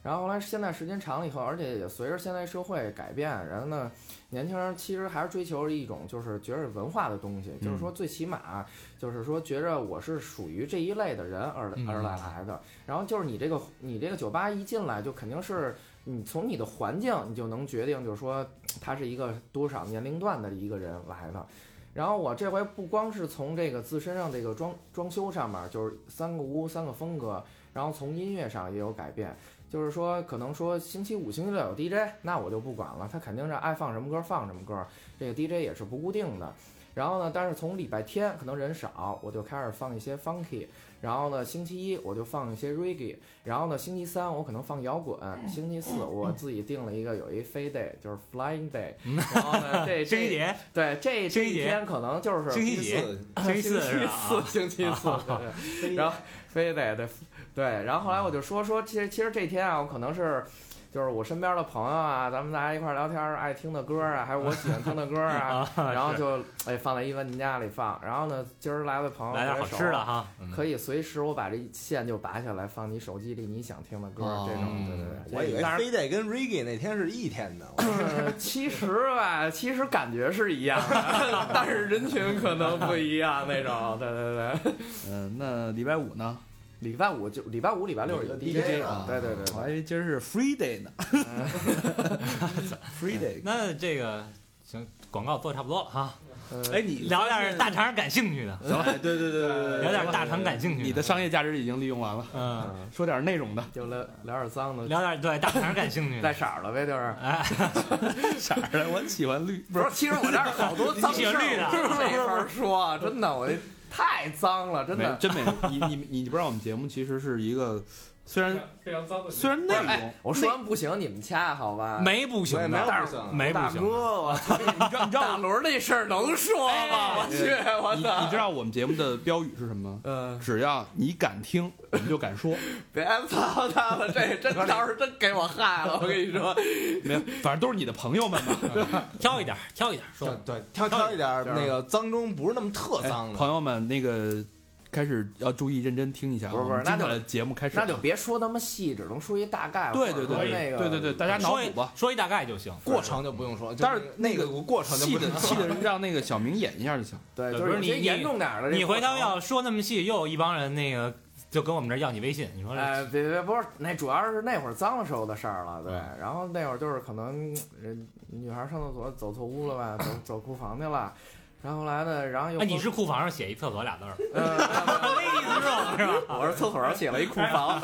Speaker 6: 然后后来现在时间长了以后，而且也随着现在社会改变，然后呢，年轻人其实还是追求一种就是觉着文化的东西，就是说最起码就是说觉着我是属于这一类的人而
Speaker 4: 嗯
Speaker 6: 而来来的。然后就是你这个你这个酒吧一进来就肯定是你从你的环境你就能决定，就是说他是一个多少年龄段的一个人来的。然后我这回不光是从这个自身上这个装装修上面，就是三个屋三个风格，然后从音乐上也有改变，就是说可能说星期五、星期六有 DJ，那我就不管了，他肯定是爱放什么歌放什么歌，这个 DJ 也是不固定的。然后呢，但是从礼拜天可能人少，我就开始放一些 funky，然后呢，星期一我就放一些 reggae，然后呢，星期三我可能放摇滚，星期四我自己定了一个有一飞 day，就是 flying day，然后呢，这
Speaker 4: 星期
Speaker 6: 这
Speaker 4: 节，
Speaker 6: 对这这
Speaker 4: 星期
Speaker 6: 一
Speaker 4: 节
Speaker 6: 天可能就是啊
Speaker 4: 星期节，星期四是吧？啊
Speaker 6: 星期四，对对啊然后非得对对，然后后来我就说说，其实其实这天啊，我可能是。就是我身边的朋友啊，咱们大家一块儿聊天儿，爱听的歌啊，还有我喜欢听的歌啊， 然后就哎放在一文件夹里放。然后呢，今儿来的朋 友
Speaker 4: 来点
Speaker 6: 特
Speaker 4: 好
Speaker 6: 别
Speaker 4: 吃
Speaker 6: 熟
Speaker 4: 的哈，嗯
Speaker 6: 可以随时我把这线就拔下来放你手机里你想听的歌，
Speaker 4: 哦
Speaker 6: 这种对对对。
Speaker 3: 我以为非得跟 Reggae 那天是一天的，
Speaker 6: 呃其实吧，其实感觉是一样的， 但是人群可能不一样那种。对对对，
Speaker 2: 嗯，那礼拜五呢？
Speaker 6: 礼拜五就礼拜五、礼拜六有
Speaker 3: DJ
Speaker 6: DJ，
Speaker 3: 啊
Speaker 6: 对对对
Speaker 2: 我
Speaker 6: 对
Speaker 2: 还以为今儿是 Free Day 呢。Free Day，
Speaker 4: 那这个行，广告做差不多了哈，
Speaker 6: 呃
Speaker 7: 哎，你
Speaker 4: 聊点大肠感兴趣的，
Speaker 7: 哎， 对对对对对，
Speaker 4: 聊点大肠感兴趣。
Speaker 2: 呃你的呃商业价值已经利用完了，
Speaker 4: 嗯，
Speaker 2: 说点 内容的。
Speaker 6: 就聊聊点脏的，
Speaker 4: 聊点对大肠感兴趣
Speaker 6: 带
Speaker 4: 的。哎
Speaker 6: 色儿了呗，就是。
Speaker 2: 色儿的，我喜欢绿，
Speaker 6: 不是，其实我这儿好多脏事
Speaker 4: 你喜欢绿的
Speaker 6: 儿，不是不是没法说，真的，我这太脏了，真
Speaker 2: 没
Speaker 6: 的。
Speaker 2: 真没。你你你不知道我们节目其实是一个，虽
Speaker 5: 非
Speaker 2: 然
Speaker 5: 常非常脏的。
Speaker 2: 虽然内容
Speaker 6: 哎，我说完不行，你们掐好吧？
Speaker 4: 没不行的，没不
Speaker 6: 大
Speaker 4: 行的。
Speaker 6: 哥，我操！
Speaker 2: 你知道你知
Speaker 6: 大
Speaker 2: 道
Speaker 6: 轮儿那事儿能说吗？我去， 我
Speaker 2: 你你
Speaker 6: 操！
Speaker 2: 知道我们节目的标语是什么吗？
Speaker 6: 嗯，
Speaker 2: 只要你敢听，我们就敢说。
Speaker 6: 别操他了，这真到时候真给我害了，我跟你说。
Speaker 2: 没有，反正都是你的朋友们嘛。
Speaker 4: 挑一点，挑一点
Speaker 3: 对
Speaker 4: 说。
Speaker 3: 对，挑挑一点那个脏中不是那么特
Speaker 2: 哎
Speaker 3: 脏的，
Speaker 2: 朋友们，那个开始要注意认真听一下啊。
Speaker 6: 不是不是
Speaker 2: 我们今
Speaker 6: 那就
Speaker 2: 天的节目开始啊，
Speaker 6: 那就别说那么细致，能说一大概。
Speaker 2: 对对
Speaker 6: 或者
Speaker 2: 对
Speaker 6: 说那个
Speaker 2: 对对对，大家脑
Speaker 4: 说
Speaker 2: 补
Speaker 4: 一
Speaker 2: 吧。
Speaker 4: 说一大概就行。
Speaker 3: 过程就不用说，
Speaker 2: 但是
Speaker 3: 就那个过程就
Speaker 2: 细
Speaker 3: 不
Speaker 2: 的
Speaker 3: 能
Speaker 2: 细的，让那个小明演一下就行。
Speaker 6: 对，
Speaker 4: 对
Speaker 6: 就
Speaker 4: 不是
Speaker 6: 是有
Speaker 4: 你
Speaker 6: 些
Speaker 4: 你
Speaker 6: 严重点儿的。
Speaker 4: 你回头。要说那么细，又有一帮人那个就跟我们这儿要你微信，你说
Speaker 6: 哎，别别别，不是，那主要是那会儿脏的时候的事儿了，对。
Speaker 4: 嗯
Speaker 6: 然后那会儿就是可能呃女孩上厕所走错屋了吧，走走库房去了，然后后来呢，然后又
Speaker 4: 哎，你是库房上写一厕所俩字儿，
Speaker 6: 呃，
Speaker 4: 那意思是吧？是吧？ 哎
Speaker 6: 我是厕所上写了一库房，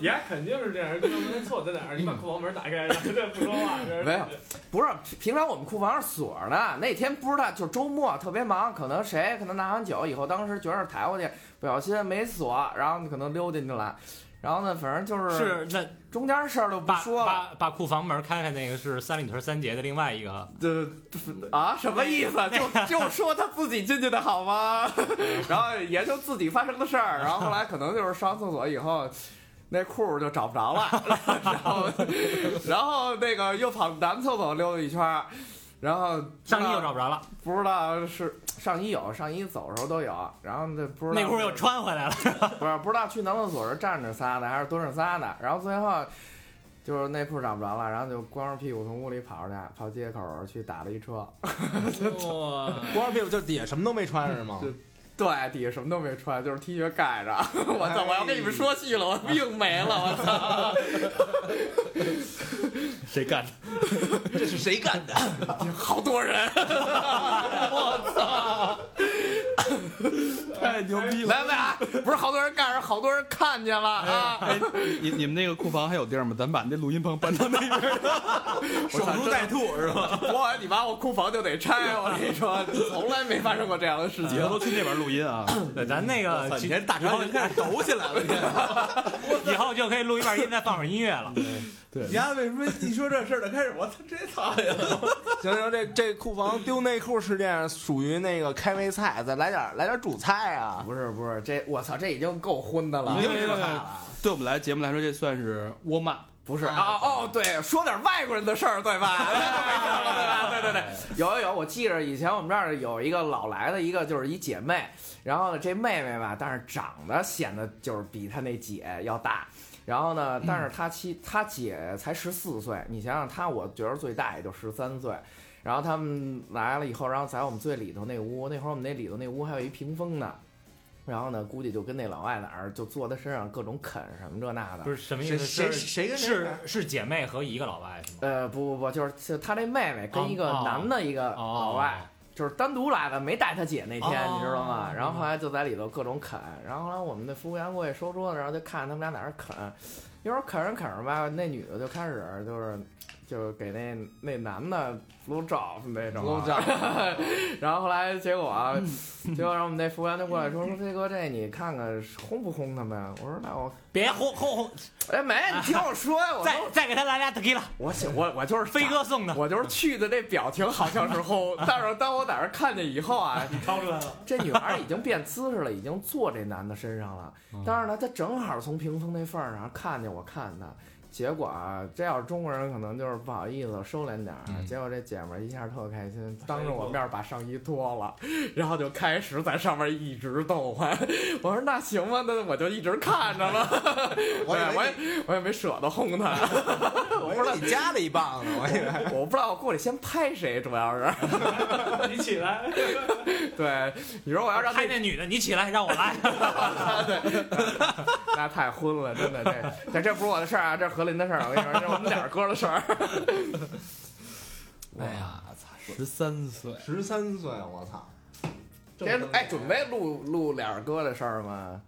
Speaker 5: 你还肯定是这样，就问他错在哪儿，你把库房门打开，然后再不说话。这是
Speaker 6: 没有 不是，平常我们库房是锁着的。那天不知道，就是周末特别忙，可能谁可能拿完酒以后，当时觉得抬过去，不小心没锁，然后你可能溜进去了。然后呢，反正 就是
Speaker 4: 是那
Speaker 6: 中间事儿都不
Speaker 4: 把
Speaker 6: 说了。
Speaker 4: 把把库房门开开，那个是三里屯三杰的另外一个，
Speaker 6: 这啊，什么意思？ 就就说他自己进去的好吗？ 然后也就自己发生的事儿。然后后来可能就是上厕所以后。那裤儿就找不着 了，然后，然后那个又跑男厕所溜达一圈儿，然后
Speaker 4: 上衣又找不着了，
Speaker 6: 不知道是上衣有，上衣走的时候都有，然后这不知道
Speaker 4: 内裤又穿回 来了，
Speaker 6: 不是不知道去男厕所是站着撒的还是蹲着撒的，然后最后就是内裤找不着了，然后就光着屁股从屋里跑出去，跑街口去打了一车，
Speaker 4: 哇，
Speaker 3: 光着屁股就底下什么都没穿是吗？
Speaker 6: 对，底下什么都没穿，就是 T 恤盖着， 我
Speaker 3: 哎
Speaker 6: 操！我要跟你们说细了，我命没了，我操！
Speaker 2: 谁干的？
Speaker 3: 这 是谁干的？ 哎
Speaker 6: 好多人，我操！
Speaker 2: 太牛逼了！
Speaker 6: 来来啊，不是好多人盖着，好多人看见了啊！
Speaker 2: 哎，你你们那个库房还有地儿吗？咱把那录音棚搬到那 边儿。
Speaker 6: 守株待兔是吧？我晚哎你妈，我库房就得拆。我跟你说，从来没发生过这样的事
Speaker 2: 以
Speaker 6: 情
Speaker 2: 后。都去那边录音啊！
Speaker 4: 对，咱那
Speaker 3: 我操
Speaker 4: 个
Speaker 3: 你这大肠已经开始抖起来了。
Speaker 4: 以后就可以录一半音，再放会儿音乐了。
Speaker 2: 对
Speaker 3: 你，丫为什么一说这事儿就开始我操这操呀？ 行行，这这库房丢内裤事件属于那个开胃菜，再来点来点主菜啊！
Speaker 6: 不是不是，这我操，这已经够昏的了
Speaker 2: 已。经是对我们来节目来说，这算是窝骂。
Speaker 6: 不是啊哦，对，说点外国人的事儿，对吧？对吧？对对对，有有有，我记着以前我们这儿有一个老来的一个，就是一姐妹，然后呢，这妹妹吧，但是长得显得就是比她那姐要大。然后呢，但是他妻他姐才十四岁，你想想他，我觉得最大也就十三岁。然后他们来了以后，然后在我们最里头那屋，那会儿我们那里头那屋还有一屏风呢。然后呢，估计就跟那老外哪儿就坐他身上各种啃什么这那的。
Speaker 4: 不是什么意思？
Speaker 3: 谁谁
Speaker 4: 是
Speaker 3: 谁跟谁
Speaker 4: 是是姐妹和一个老外是吗？
Speaker 6: 呃，不不不，就是就他那妹妹跟一个
Speaker 4: 哦
Speaker 6: 男的一个老外，
Speaker 4: 哦
Speaker 6: 就是单独来的，没带他姐那天，
Speaker 4: 哦
Speaker 6: 你知道吗？然后
Speaker 4: 明白
Speaker 6: 后来就在里头各种啃，然后后来我们那服务员过去收桌子，然后就看他们俩在那儿啃，一会儿啃着啃着吧，那女的就开始就是就给那那男的 blow job 那种啊、 然后后来结果啊，
Speaker 4: 嗯
Speaker 6: 结果让我们那服务员就过来说说飞哥这你看看轰不轰他们呀？我说那我
Speaker 4: 别轰轰轰！
Speaker 6: 哎没，你听我说呀，我说
Speaker 4: 再再给他来俩 tequila，
Speaker 6: 我我我就是
Speaker 4: 飞哥送的。
Speaker 6: 哦我就是去的那表情好像是轰，但是当我在这儿看见以后啊，
Speaker 5: 掏出来了，
Speaker 6: 这女孩已经变姿势了，已经坐这男的身上了。但是呢，她正好从屏风那缝儿上看见我看她，结果啊，这要是中国人可能就是不好意思收敛点儿。啊
Speaker 4: 嗯
Speaker 6: 结果这姐们儿一下特开心，当着我面儿把上衣脱了，然后就开始在上面一直动唤。我说那行吧，那我就一直看着吧。
Speaker 3: 我
Speaker 6: 对
Speaker 3: 以
Speaker 6: 我
Speaker 3: 为
Speaker 6: 也我也没舍得轰她，
Speaker 3: 我以为你加了一棒子，我以为
Speaker 6: 我不知道我过去先拍谁，主要是
Speaker 5: 你起来，
Speaker 6: 对。你说我要让那
Speaker 4: 拍那女的，你起来，让我来。
Speaker 6: 那太昏了，真的这这这不是我的事儿啊，这是何林的事儿，我跟你说，这是我们俩哥的事儿。
Speaker 2: 哎呀，操，十三岁，
Speaker 3: 十三岁，啊我操！
Speaker 6: 这哎，准备录录俩哥的事儿吗？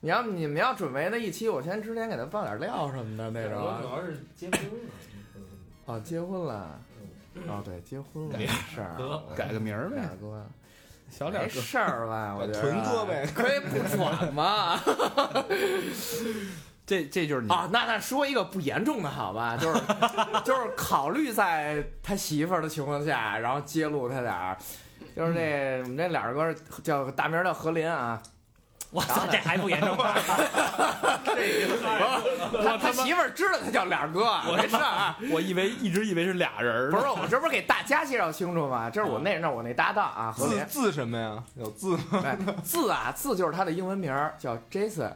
Speaker 6: 你要你们要准备那一期，我先之前给他爆点料什么的那种
Speaker 5: 我主
Speaker 6: 啊。
Speaker 5: 要是结婚了，
Speaker 6: 哦，结婚了，哦对，结婚了，是啊
Speaker 5: 哥
Speaker 2: 改个名儿
Speaker 6: 俩
Speaker 2: 呗，
Speaker 6: 哥，
Speaker 2: 小点
Speaker 6: 没
Speaker 2: 哥。
Speaker 6: 事儿吧？我觉得
Speaker 3: 屯哥呗
Speaker 6: 可以不管嘛。
Speaker 2: 这这就是你
Speaker 6: 啊，那那说一个不严重的好吧，就是就是考虑在他媳妇儿的情况下，然后揭露他点儿，就是那我们这俩哥叫大名叫何林啊，
Speaker 4: 我操，这还不严 重？
Speaker 6: 他他媳妇儿知道他叫俩哥，没事儿啊。
Speaker 2: 我以为一直以为是俩人 儿
Speaker 6: 不
Speaker 2: 呢。
Speaker 6: 是我这不是给大家介绍清楚吗？这是我那那我那搭档啊，何林
Speaker 3: 字。字什么呀？有字吗？
Speaker 6: 哎字啊字就是他的英文名儿叫 Jason，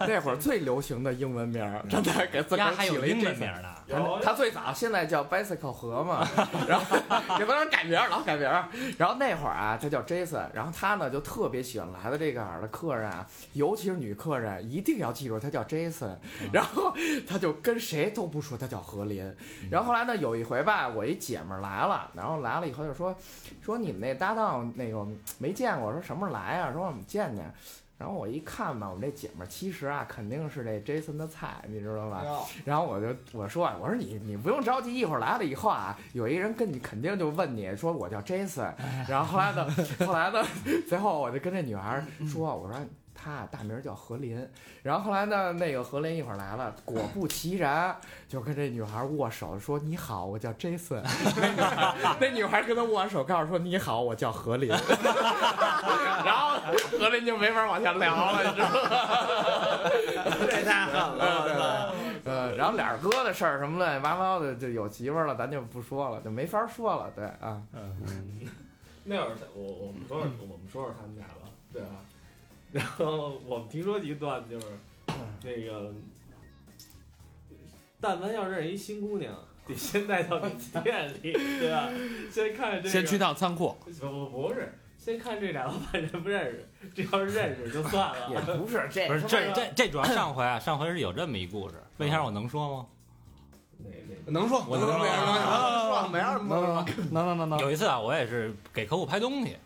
Speaker 6: 那会儿最流行的英文名儿，真的给自个
Speaker 4: 丫
Speaker 6: 儿
Speaker 4: 还
Speaker 6: 起
Speaker 4: 有
Speaker 6: 了一
Speaker 4: 英文
Speaker 6: Jason
Speaker 4: 名呢。
Speaker 5: 有啊
Speaker 6: 他最早现在叫 Bicycle 河嘛，然后也不能改名儿，老改名儿。然后那会儿啊，他叫 Jason，然后他呢就特别喜欢来的这个儿的客人啊，尤其是女客人，一定要记住他叫 Jason。然后他就跟谁都不说他叫何林。然后后来呢，有一回吧，我一姐们儿来了，然后来了以后就说说你们那搭档那个没见过，说什么时候来啊？说我们见见。然后我一看吧，我们这姐们儿其实啊，肯定是这 Jason 的菜，你知道吧？
Speaker 2: 哎
Speaker 6: 然后我就我说啊，我说你你不用着急，一会儿来了以后啊，有一人跟你肯定就问你说我叫 Jason，然后后来呢，后来呢，最后我就跟这女孩儿说，我说她啊大名叫何林，然后后来呢，那个何林一会儿来了，果不其然就跟这女孩儿握手说你好，我叫 Jason，那 女孩儿那女孩儿跟他握手，告诉说你好，我叫何林， 然后何林就没法往下聊了，你知道吗？
Speaker 7: 这太狠了！
Speaker 6: 呃，然后俩哥的事儿什么乱七八糟的，就有媳妇儿了，咱就不说了，就没法说了。对啊，
Speaker 5: 那会儿他我我们说说我们说说他们俩吧，对吧？然后我们听说一段就是那个，但凡要认识一新姑娘，得先带到你店里，对吧？先看这个，
Speaker 2: 先去趟仓库，
Speaker 5: 不不不是，先看这俩老板认不认识，这要是认识就算
Speaker 6: 也
Speaker 5: 了。
Speaker 6: 不是这
Speaker 4: 不是，这
Speaker 5: 这
Speaker 4: 这这主要上回啊，上回是有这么一故事。问一下，我能说吗？
Speaker 5: 那那
Speaker 3: 能说，
Speaker 4: 我能
Speaker 3: 说，
Speaker 4: 说
Speaker 3: 没人能
Speaker 2: 啊
Speaker 3: 说，没人能
Speaker 6: 能能能能能能，
Speaker 4: 有一次啊，我也是给客户拍东西，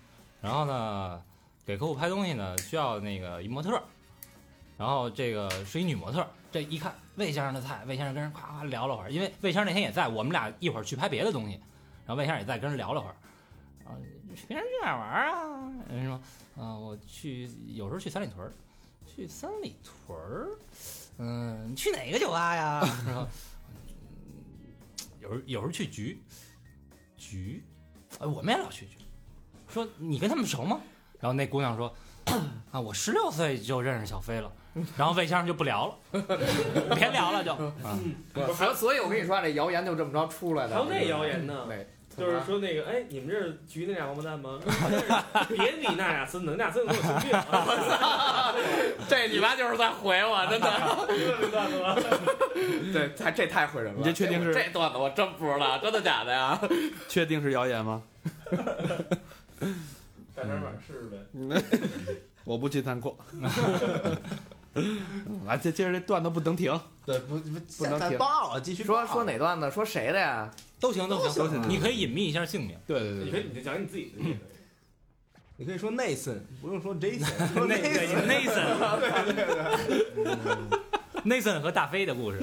Speaker 4: 然后呢，给客户拍东西呢，需要那个一模特儿，然后这个是一女模特儿，这一看魏先生的菜，魏先生跟人夸夸聊了会儿，因为魏先生那天也在，我们俩一会儿去拍别的东西，然后魏先生也在跟人聊了会儿，啊，平时去哪儿玩儿啊？人家说，啊、我去有时候去三里屯儿，去三里屯儿，嗯、你去哪个酒吧呀？然后嗯有时候有时候去局，局，哎，我们也老去局。说你跟他们熟吗？然后那姑娘说， 啊，我十六岁就认识小飞了。然后魏先生就不聊了， 别聊了就。
Speaker 6: 所所以，我跟你说，这谣言就这么着出来的。
Speaker 5: 还有那谣言呢
Speaker 6: 对，
Speaker 5: 就是说那个，哎，你们这儿局那俩王八蛋吗？ 别理那俩孙子，那俩孙子给我神 经病！
Speaker 6: 这哎你妈就是在回我，真的。
Speaker 5: 这段子吗？
Speaker 6: 对，太这太毁人了。
Speaker 2: 你这确定是
Speaker 6: 这段子？我真不知道，真的假的呀？
Speaker 2: 确定是谣言吗？
Speaker 5: 大点碗试试呗。
Speaker 2: 我不去参扩。嗯 来，接接着这段子不能停，
Speaker 3: 对，不不
Speaker 6: 不能
Speaker 3: 再
Speaker 6: 停
Speaker 3: 报了，继续
Speaker 6: 说
Speaker 3: 报
Speaker 6: 说哪段呢？说谁的呀？
Speaker 4: 都行都行
Speaker 3: 都行
Speaker 4: 你可以隐蔽一下姓名。
Speaker 2: 对对对
Speaker 5: 你可
Speaker 2: 对，
Speaker 5: 以，你就讲你自己的例子。
Speaker 3: 你可以说 Nathan，不用说 Jason，说 Nathan。
Speaker 4: Nathan，对对对，Nathan 和大飞的故事，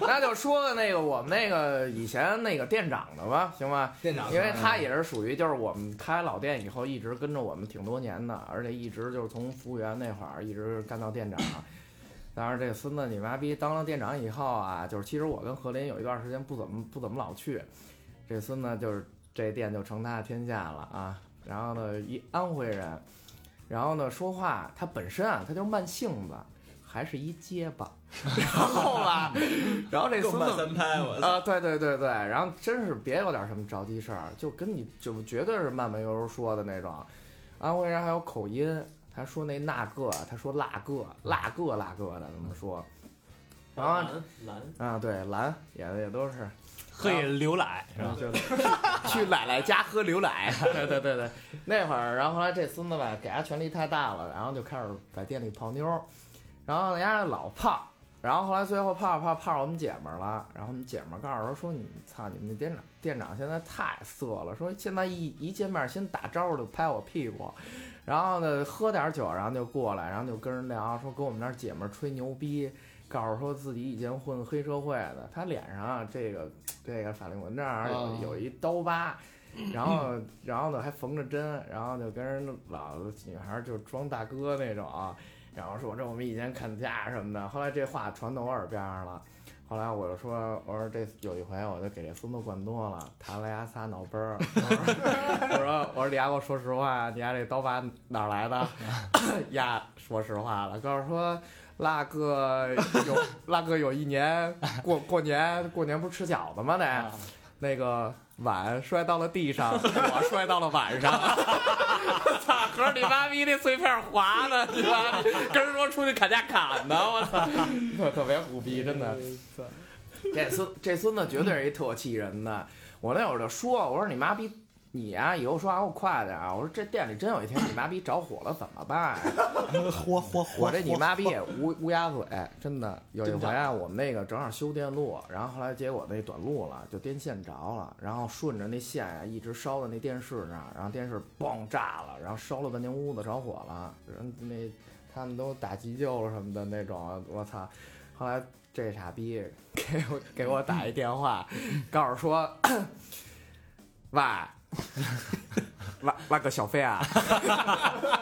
Speaker 6: 那就说那个我们那个以前那个店长的吧，行吧？
Speaker 3: 店长，
Speaker 6: 因
Speaker 7: 啊
Speaker 6: 为 他也是属于就是我们开老店以后一直跟着我们挺多年的，而且一直就是从服务员那会儿一直干到店长。但是这孙子你妈逼当了店长以后啊，就是其实我跟何林有一段时间不怎么不怎么老去，这孙子就是这店就成他的天下了啊。然后呢，一安徽人，然后呢说话他本身啊他就慢性子，还是一结巴， 然后吧，然后这
Speaker 7: 更
Speaker 6: 孙子
Speaker 7: 慢三拍，我
Speaker 6: 啊，对对对对，然后真是别有点什么着急事儿，就跟你就绝对是慢慢悠悠说的那种。安徽人还有口音，他说那那个，他说辣个，辣个辣个的怎么说？然后
Speaker 5: 蓝蓝，
Speaker 6: 啊，对，蓝也也都是啊
Speaker 4: 嘿，刘奶是吧？
Speaker 6: 就 去奶奶家喝牛奶。 对对对对，那会儿，然后后来这孙子吧，给他权力太大了，然后就开始在店里泡妞儿，然后人家老泡，然后后来最后泡着泡着泡着我们姐们儿了，然后我们姐们儿告诉他说：“你操，你们那店长店长现在太色了，说现在一一见面先打招呼就拍我屁股。”然后呢，喝点酒，然后就过来，然后就跟人聊，说跟我们那儿姐们儿吹牛逼，告诉说自己以前混黑社会的，他脸上啊这个这个法令纹这儿有有一刀疤，然后然后呢还缝着针，然后就跟人老女孩儿就装大哥那种啊，然后说这我们以前砍价什么的，后来这话传到我耳边儿了。后来我就说，我说这有一回我就给这孙子灌多了，弹了丫仨脑崩儿。我说我说我说李丫，我说实话，你丫这刀疤哪儿来的？ 丫说实话了，告诉说那个有那个有一年过过年过年不是吃饺子吗？那、那个碗摔到了地上，我摔到了碗上。 操！合着你妈逼那碎片滑的，你妈跟人说出去砍价砍的，我操！特别虎逼，真的。 这孙这孙子绝对是一特气人的。我那会儿就说，我说你妈逼。你啊，以后说话给我快点啊！我说这店里真有一天你妈逼着火了怎么办、啊？
Speaker 3: 嚯嚯嚯！
Speaker 6: 我这你妈逼也乌乌鸦嘴，真的有一回啊，我们那个正好修电路，然后后来结果那短路了，就电线着了，然后顺着那线呀、一直烧到那电视那儿，然后电视嘣炸了，然后烧了半间屋子着火了，然后那他们都打急救了什么的那种，啊我操！后来这傻逼给我给我打一电话，告诉说，喂，那那个小飞啊，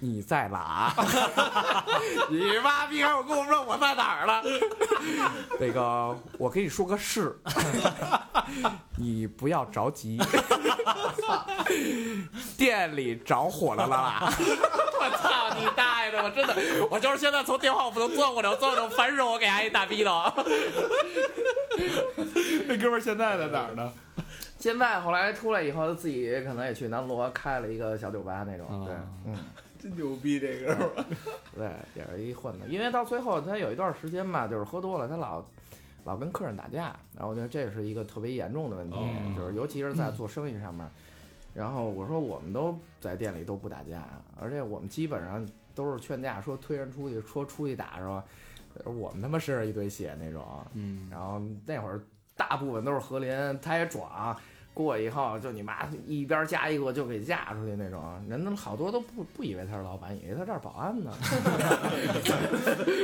Speaker 6: 你在哪？ 你妈逼！我跟我说我在哪儿了？ 那个，我跟你说个事， 你不要着急。 店里着火了 啦！我操你大爷的！我真的，我就是现在从电话我不能坐过来，我坐着反手我给挨一大 逼头。
Speaker 2: 这哥们儿现在在哪儿 呢？
Speaker 6: 现在后来出来以后，他自己可能也去南锣开了一个小酒吧那种，对，
Speaker 2: 啊
Speaker 6: 嗯。
Speaker 7: 真牛逼这个。
Speaker 6: 对，也是一混的，因为到最后他有一段时间吧，就是喝多了，他老老跟客人打架，然后我觉得这是一个特别严重的问题，
Speaker 7: 哦
Speaker 6: 就是尤其是在做生意上面。然后我说我们都在店里都不打架，而且我们基本上都是劝架，说推人出去，说出去打是吧？我们他妈身上一堆血那种，
Speaker 2: 嗯，
Speaker 6: 然后那会儿大部分都是何林，他也壮，过以后就你妈一边夹一个就给架出去那种，人他妈好多都不不以为他是老板，以为他这儿保安呢。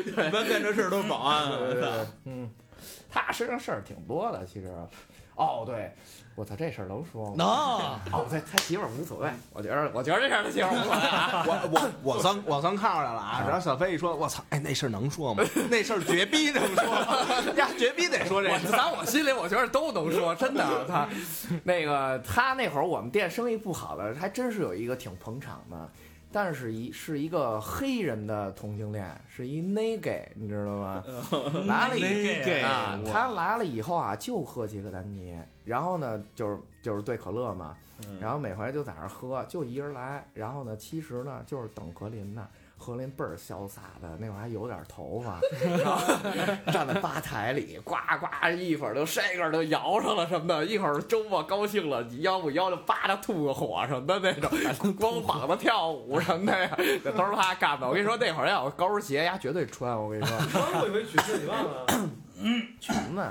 Speaker 7: 一般干这事儿都是保安 啊，
Speaker 6: 对
Speaker 7: 我
Speaker 6: 对
Speaker 7: 操
Speaker 6: 对，嗯，他身上事儿挺多的，其实。哦，对，我操，这事儿能 说吗？
Speaker 2: 能，
Speaker 6: 哦，对，他媳妇儿无所谓，我觉得，我觉得这事儿他媳妇儿无所谓 啊。
Speaker 3: 哦我我我算我算靠上了啊！然后小飞一说，我操，哎，那事儿能 说吗？那事儿绝逼能说，呀，绝逼得说这
Speaker 6: 我
Speaker 3: 事
Speaker 6: 在我心里，我觉得都能说， 真的。我操，那个他那会儿我们店生意不好的，还真是有一个挺捧场的。但是一是一个黑人的同性恋，是一 n e g a 你知道 吗？来了以啊，他来了以后啊，就喝杰克丹尼，然后呢，就是就是兑可乐嘛，然后每回就在那儿喝，就一人来，然后呢，其实呢就是等格林呢。何林倍儿潇洒的，那会儿还有点头发， 然后站在吧台里，呱呱，一会儿就 shaker 就摇上了什么的，一会儿周末高兴了，你腰不腰就叭着吐个火什么的那种，光膀子跳舞什么的呀，这都是他干的。我跟你说，那会儿要有高跟鞋，丫绝对穿。我跟你说，
Speaker 5: 穿过一回裙子，你 忘了？
Speaker 6: 裙子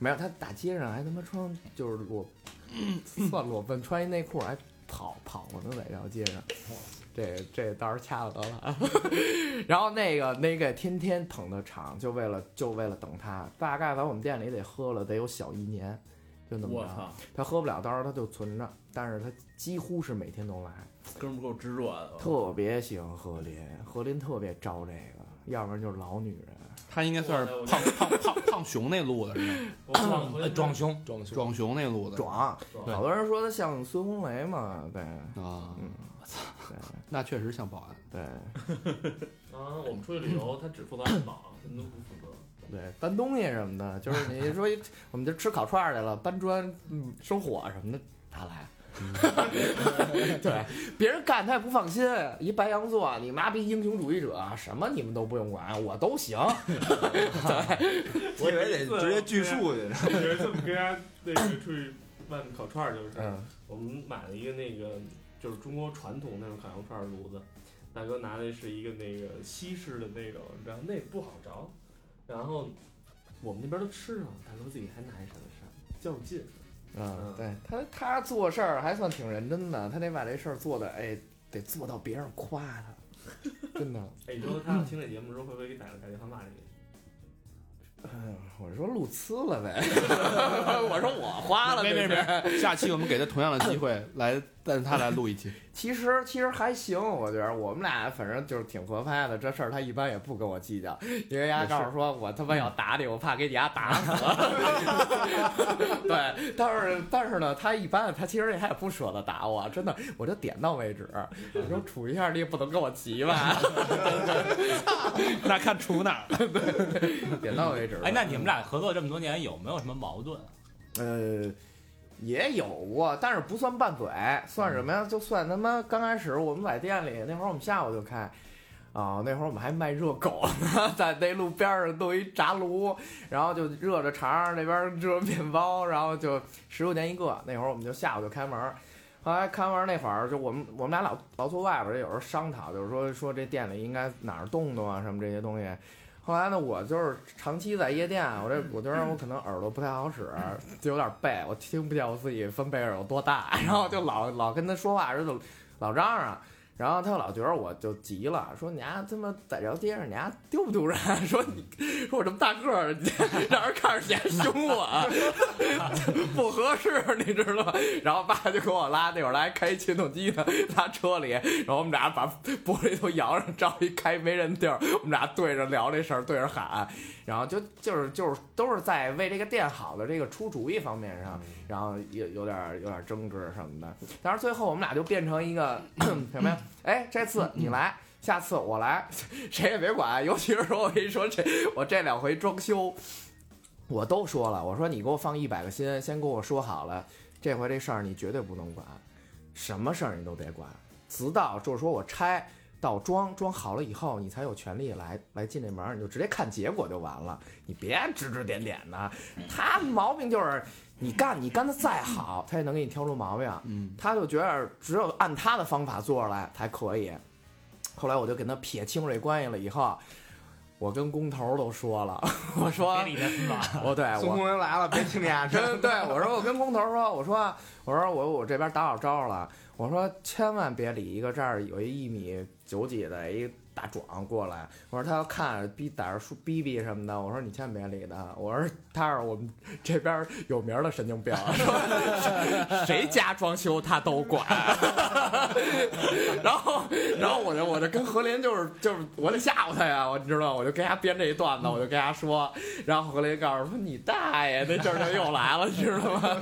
Speaker 6: 没有，他大街上还他妈穿就是裸，算裸奔，穿一内裤还跑跑过呢，在条街上。这这到时候掐了得了啊！ 然后那个那个天天捧的场，就为了就为了等他，大概在我们店里得喝了得有小一年，就那么
Speaker 7: 我
Speaker 6: 着。
Speaker 7: 操，
Speaker 6: 他喝不了，到时候他就存着，但是他几乎是每天都来。
Speaker 7: 哥们儿够执着的，
Speaker 6: 特别喜欢何林，何林特别招这个，要不然就是老女人。
Speaker 2: 他应该算是胖胖胖胖熊那路的是 吗？
Speaker 5: 我忘了
Speaker 4: 呃，装胸，
Speaker 3: 装修
Speaker 2: 壮熊那路的
Speaker 6: 壮，
Speaker 5: 对
Speaker 6: 好多人说他像孙红雷嘛，对
Speaker 2: 啊
Speaker 6: 嗯！
Speaker 2: 我操，那确实像保安。
Speaker 6: 对
Speaker 5: 啊！我们出去旅游，他只负责安保，什么都不 负责。
Speaker 6: 对，搬东西什么的，就是你说我们就吃烤串儿去了，搬砖、嗯、收火什么的，他来。 对，别人干他也不放心。一白羊座，你妈逼英雄主义者，什么你们都不用管，我都行。
Speaker 3: 我以为得直接锯树去。
Speaker 5: 有一次我们跟人家那个出去外面烤串儿，就是、
Speaker 6: 嗯
Speaker 5: 我们买了一个那个就是中国传统那种烤羊肉串儿炉子，大哥拿的是一个那个西式的那种，然后那不好着，然后我们那边都吃上了，大哥自己还拿一扇扇较劲，
Speaker 6: 嗯
Speaker 5: 嗯，
Speaker 6: 对他他做事儿还算挺认真的，他得把这事儿做的，哎，得做到别人夸他，真的。
Speaker 5: 哎，你说他要听这节目的时候会不会给打打电话骂你？
Speaker 6: 哎呀，我说路痴了呗， 我说我花了，
Speaker 2: 没
Speaker 6: 对
Speaker 2: 没
Speaker 6: 不对
Speaker 2: 没， 下期我们给他同样的机会来，带着他来录一 期。
Speaker 6: 其实其实还行，我觉得我们俩反正就是挺合拍的。这事儿他一般也不跟我计较，因为丫告诉说我他妈
Speaker 4: 嗯
Speaker 6: 要打你，我怕给你丫打死。 对，但是但是呢，他一般他其实他也不舍得打我，真的，我就点到为止。你说处一下，你也不能跟我急 吧？
Speaker 2: 那看出哪儿？
Speaker 6: 点到为止吧。
Speaker 4: 哎，那你们俩合作这么多年，有没有什么矛盾？
Speaker 6: 呃，也有过，但是不算拌嘴，算什么呀？就算他妈刚开始我们在店里那会儿，我们下午就开。啊、那会儿我们还卖热狗呢，在那路边儿上弄一炸炉，然后就热着肠儿，那边儿热面包，然后就十块钱一个。那会儿我们就下午就开门儿，后来开门儿那会儿就我们我们俩老老坐外边儿，有时候商讨，就是说说这店里应该哪儿动动啊什么这些东西。后来呢，我就是长期在夜店，我这我觉得我可能耳朵不太好使，就有点背，我听不见我自己分贝尔有多大，然后就老老跟他说话时候就老嚷嚷，然后他老觉得我就急了，说你丫他妈在条街上你丫丢不丢人？啊 说你说我这么大个儿，你让人看着你还凶我，啊 不合适，你知道吗？然后爸就给我拉，那会儿来开一起动机呢，拉车里，然后我们俩把玻璃都摇上，找一开没人地儿，我们俩对着聊这事儿，对着喊，然后就就是就是都是在为这个店好的这个出主意方面上，然后有有点儿有点儿争执什么的。但是最后我们俩就变成一个 什么呀？哎，这次你来，下次我来， 谁也别管。尤其是说我跟你说这我这两回装修，我都说了，我说你给我放一百个心，先跟我说好了，这回这事儿你绝对不能管，什么事儿你都得管，直到就是说我拆。到装装好了以后，你才有权利来来进这门儿，你就直接看结果就完了，你别指指点点的。他毛病就是你干你干的再好，他也能给你挑出毛病。
Speaker 2: 嗯，
Speaker 6: 他就觉得只有按他的方法做出来才可以。后来我就跟他撇清这关系了以后，我跟工头都说了， 我说
Speaker 4: 别理他是吧？
Speaker 6: 我对
Speaker 3: 孙
Speaker 6: 我
Speaker 3: 红雷来了，别听你 俩真
Speaker 6: 真对我说，我跟工头说，我说我说我我这边打好招呼了，我说千万别理一个这儿有一一米九几的一大壮过来，我说他要看着逼在这儿说逼逼什么的，我说你千万别理他，我说他是我们这边有名的神经病，说谁家装修他都管，然后然后我就我就跟何林就是就是我得吓唬他呀，我你知道吗，我就跟他编这一段子，我就跟他说。然后何雷告诉说：“你大爷，那阵儿就又来了，你知道 吗？”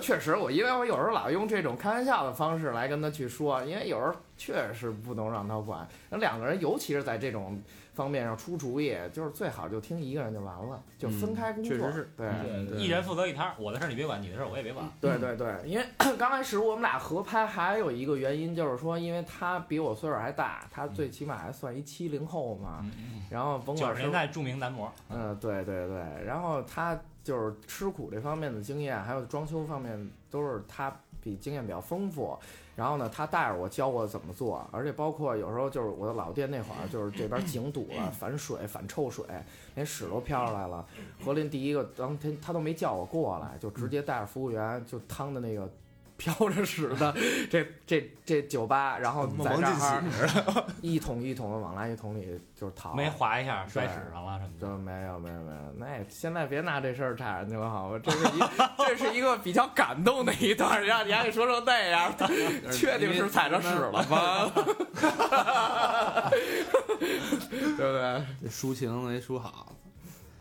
Speaker 6: 确实，我因为我有时候老用这种开玩笑的方式来跟他去说，因为有时候确实不能让他管。那两个人，尤其是在这种方面上出主意，就是最好就听一个人就完了，就分开工
Speaker 2: 嗯
Speaker 6: 作。
Speaker 2: 确实是
Speaker 6: 哎对。
Speaker 7: 对对
Speaker 4: 一人负责一摊儿，我的事儿你别管，你的事儿我也别管。
Speaker 6: 对对对，因为 刚开始我们俩合拍，还有一个原因就是说，因为他比我岁数还大，他最起码还算一七零后嘛。
Speaker 4: 嗯
Speaker 6: 然后甭
Speaker 4: 九
Speaker 6: 管
Speaker 4: 十
Speaker 6: 是
Speaker 4: 年代著名男模，
Speaker 6: 嗯，对对对，然后他就是吃苦这方面的经验，还有装修方面都是他比经验比较丰富。然后呢，他带着我教我怎么做，而且包括有时候就是我的老店那会儿，就是这边井堵了，反水、反臭水，连屎都飘出来了。何林第一个当天他都没叫我过来，就直接带着服务员就趟的那个。 飘着屎的这这这酒吧，然
Speaker 2: 嗯
Speaker 6: 后在这儿一桶一桶的往垃圾桶里就是淘，
Speaker 4: 没划一下摔屎上了什么
Speaker 6: 就
Speaker 4: 的。
Speaker 6: 没有没有没有，那也现在别拿这事儿插人去了，好吧？这是一这是一个比较感动的一段，让你还得说成那样， 确定是踩着 屎了吗？对不对？
Speaker 2: 这抒情没抒好，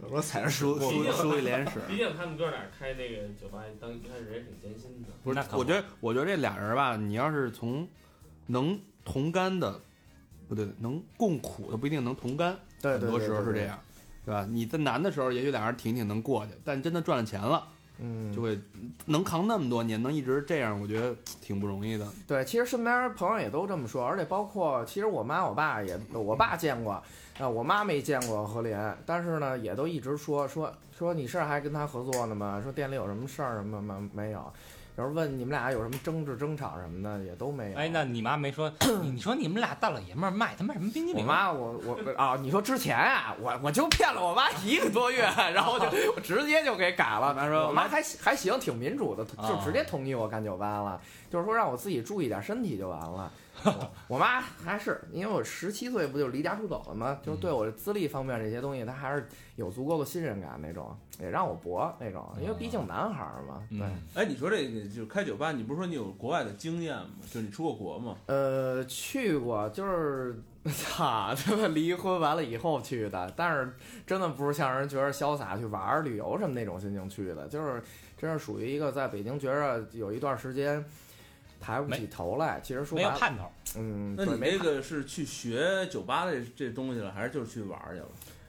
Speaker 3: 我踩着
Speaker 2: 抒
Speaker 5: 毕
Speaker 2: 抒
Speaker 5: 竟
Speaker 2: 抒一脸 屎。
Speaker 5: 毕竟他们哥俩开那个酒吧，当一开始也挺艰辛的。
Speaker 2: 不是
Speaker 4: 那，可不
Speaker 2: 我觉得我觉得这俩人吧，你要是从能同甘的，不对，能共苦的不一定能同甘，
Speaker 6: 对
Speaker 2: 很
Speaker 6: 对
Speaker 2: 多时候是这。样，对吧？你在难的时候，也许俩人挺挺能过去，但真的赚了钱了，
Speaker 6: 嗯，
Speaker 2: 就会能扛那么多年，能一直这样，我觉得挺不容易的。
Speaker 6: 对，其实身边朋友也都这么说，而且包括其实我妈我爸也，我爸见过，啊、我妈没见过何林，但是呢，也都一直说说说你是还跟他合作呢吗？说店里有什么事儿什么吗？没有，就是问你们俩有什么争执、争吵什么的，也都没有。
Speaker 4: 哎，那你妈没说？你你说你们俩大老爷们儿卖他妈什么冰激
Speaker 6: 我
Speaker 4: 凌？
Speaker 6: 妈，我我啊、你说之前啊，我我就骗了我妈一个多月，然后就我直接就给改了。
Speaker 2: 妈说
Speaker 6: 我妈还还行，挺民主的，
Speaker 4: 啊
Speaker 6: 就直接同意我干酒吧了，就是说让我自己注意点身体就完了。我我妈还是因为我十七岁不就离家出走了吗？就是对我的资历方面这些东西，她还是有足够的信任感那种，也让我搏那种，因为毕竟男孩儿嘛。对，
Speaker 4: 嗯，
Speaker 7: 哎，你说这个就是开酒吧，你不是说你有国外的经验吗？就是你出过国吗？
Speaker 6: 呃，去过，就是 操他妈离婚完了以后去的，但是真的不是像人觉得潇洒去玩儿旅游什么那种心情去的，就是真是属于一个在北京觉着有一段时间抬不起头来。其实说
Speaker 4: 没有
Speaker 6: 白了，
Speaker 4: 盼头。
Speaker 6: 嗯，
Speaker 7: 那
Speaker 6: 对
Speaker 7: 你
Speaker 6: 没
Speaker 7: 这个是去学酒吧的这这东西了，还是就是去玩儿去了？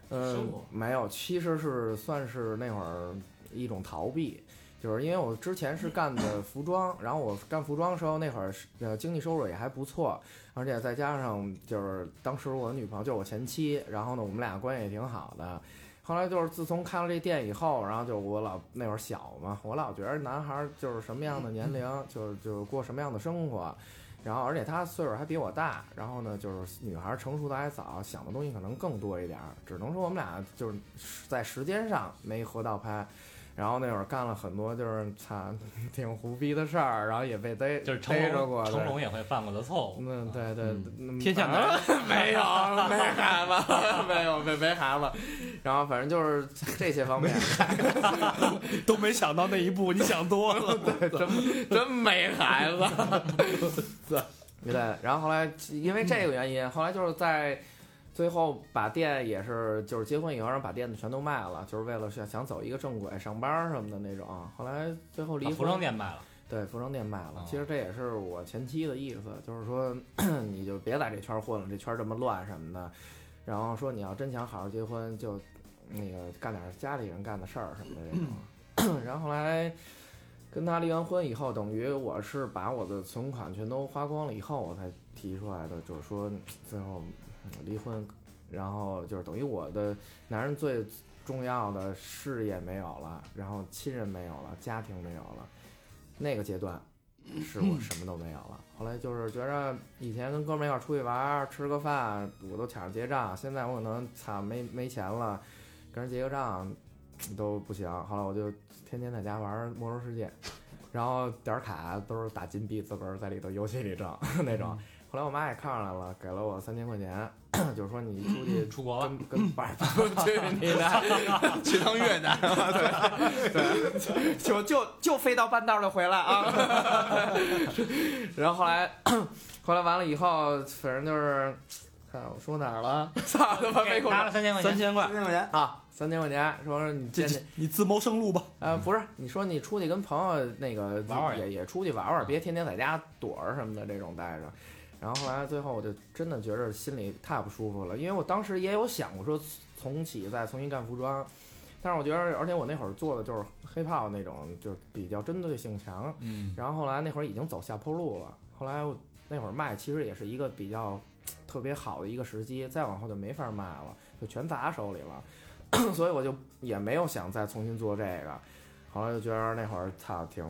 Speaker 6: 呃
Speaker 5: 生活
Speaker 6: 没有，其实是算是那会儿一种逃避。就是因为我之前是干的服装，然后我干服装的时候那会儿是呃经济收入也还不错，而且再加上就是当时我女朋友就是我前妻，然后呢我们俩关系也挺好的。后来就是自从开了这店以后，然后就我老那会儿小嘛，我老觉得男孩儿就是什么样的年
Speaker 4: 嗯
Speaker 6: 龄，就是就是过什么样的生活，然后而且他岁数还比我大，然后呢就是女孩儿成熟的还早，想的东西可能更多一点儿，只能说我们俩就是在时间上没合到拍。然后那会儿干了很多就是操挺胡逼的事儿，然后也被逮
Speaker 4: 就是成
Speaker 6: 逮着过
Speaker 4: 龙，
Speaker 6: 对
Speaker 4: 成龙也会犯过的错误。
Speaker 6: 嗯，对对，嗯
Speaker 2: 天下男
Speaker 6: 反正 没有 没孩子， 没有没没孩子，然后反正就是这些方面，
Speaker 2: 都没想到那一步，你想多了。
Speaker 4: 啊
Speaker 6: 真真没孩子。 对，然后后来因为这个原因，后来就是在最后把店也是就是结婚以后，然后把店全都卖了，就是为了想想走一个正轨，上班什么的那种。后来最后离
Speaker 4: 把
Speaker 6: 婚，
Speaker 4: 服装店卖了，
Speaker 6: 对，服装店卖了
Speaker 4: 哦。
Speaker 6: 其实这也是我前妻的意思，就是说 你就别在这圈儿混了，这圈儿这么乱什么的。然后说你要真想好好结婚，就那个干点儿家里人干的事儿什么的这种。 然后后来跟他离完婚以后，等于我是把我的存款全都花光了以后，我才提出来的，就是说最后嗯离婚，然后就是等于我的男人最重要的事业没有了，然后亲人没有了，家庭没有了，那个 阶段是我什么都没有了。后来就是觉着以前跟哥们儿一块儿出去玩儿吃个饭，我都抢着结账，现在我可能操没没钱了，跟人结个账都不行。后来我就天天在家玩儿《魔兽世界》，然后点儿卡都是打金币，自个儿在里头游戏里挣 那
Speaker 4: 嗯
Speaker 6: 种。后来我妈也看上来了，给了我三千块钱， 就是说你出去
Speaker 4: 出国了。
Speaker 6: 跟跟班儿去 你的，去趟越南，对，就就就飞到半道儿就回 来啊。然后后来 后来完了以后，反正就是，看我说哪 儿了？操他妈没
Speaker 4: 给
Speaker 6: 空
Speaker 4: 拿了三千块钱，
Speaker 2: 三千块，
Speaker 3: 三千块钱，
Speaker 6: 啊！三千块钱，说是你
Speaker 2: 这
Speaker 6: 见见，
Speaker 2: 你自谋生路吧。
Speaker 6: 呃，不是，你说你出去跟朋友那个
Speaker 4: 玩玩去
Speaker 6: 也也出去玩玩，别天天在家躲着什么的这种待着。然后后来最后我就真的觉着心里太不舒服了，因为我当时也有想过说重启再重新干服装，但是我觉得，而且我那会儿做的就是 hiphop 那种，就是比较针对性强。
Speaker 2: 嗯，
Speaker 6: 然后后来那会儿已经走下坡路了，后来我那会儿卖其实也是一个比较特别好的一个时机，再往后就没法卖了，就全砸手里了， 所以我就也没有想再重新做这个。后来就觉得那会儿操挺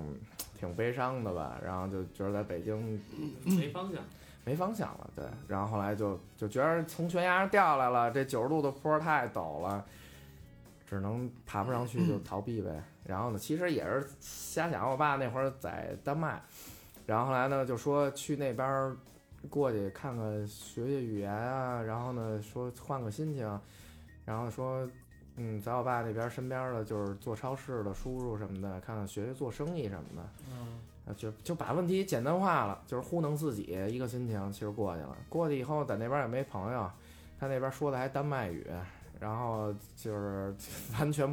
Speaker 6: 挺悲伤的吧，然后就觉得在北京
Speaker 5: 没方向。
Speaker 6: 没方向了，对。然后后来就就觉得从悬崖上掉下来了，这九十度的坡太陡了，只能爬不上去就逃避呗。然后呢，其实也是瞎想，我爸那会儿在丹麦，然后后来呢就说去那边儿过去看看，学学语言啊，然后呢说换个心情，然后说。嗯，在我爸那边儿身边儿的，就是做超市的叔叔什么的，看看学学做生意什么的。啊，就就把问题简单化了，就是糊弄自己一个心情，其实过去了。过去以后，在那边也没朋友，他那边说的还丹麦语，然后就是 完全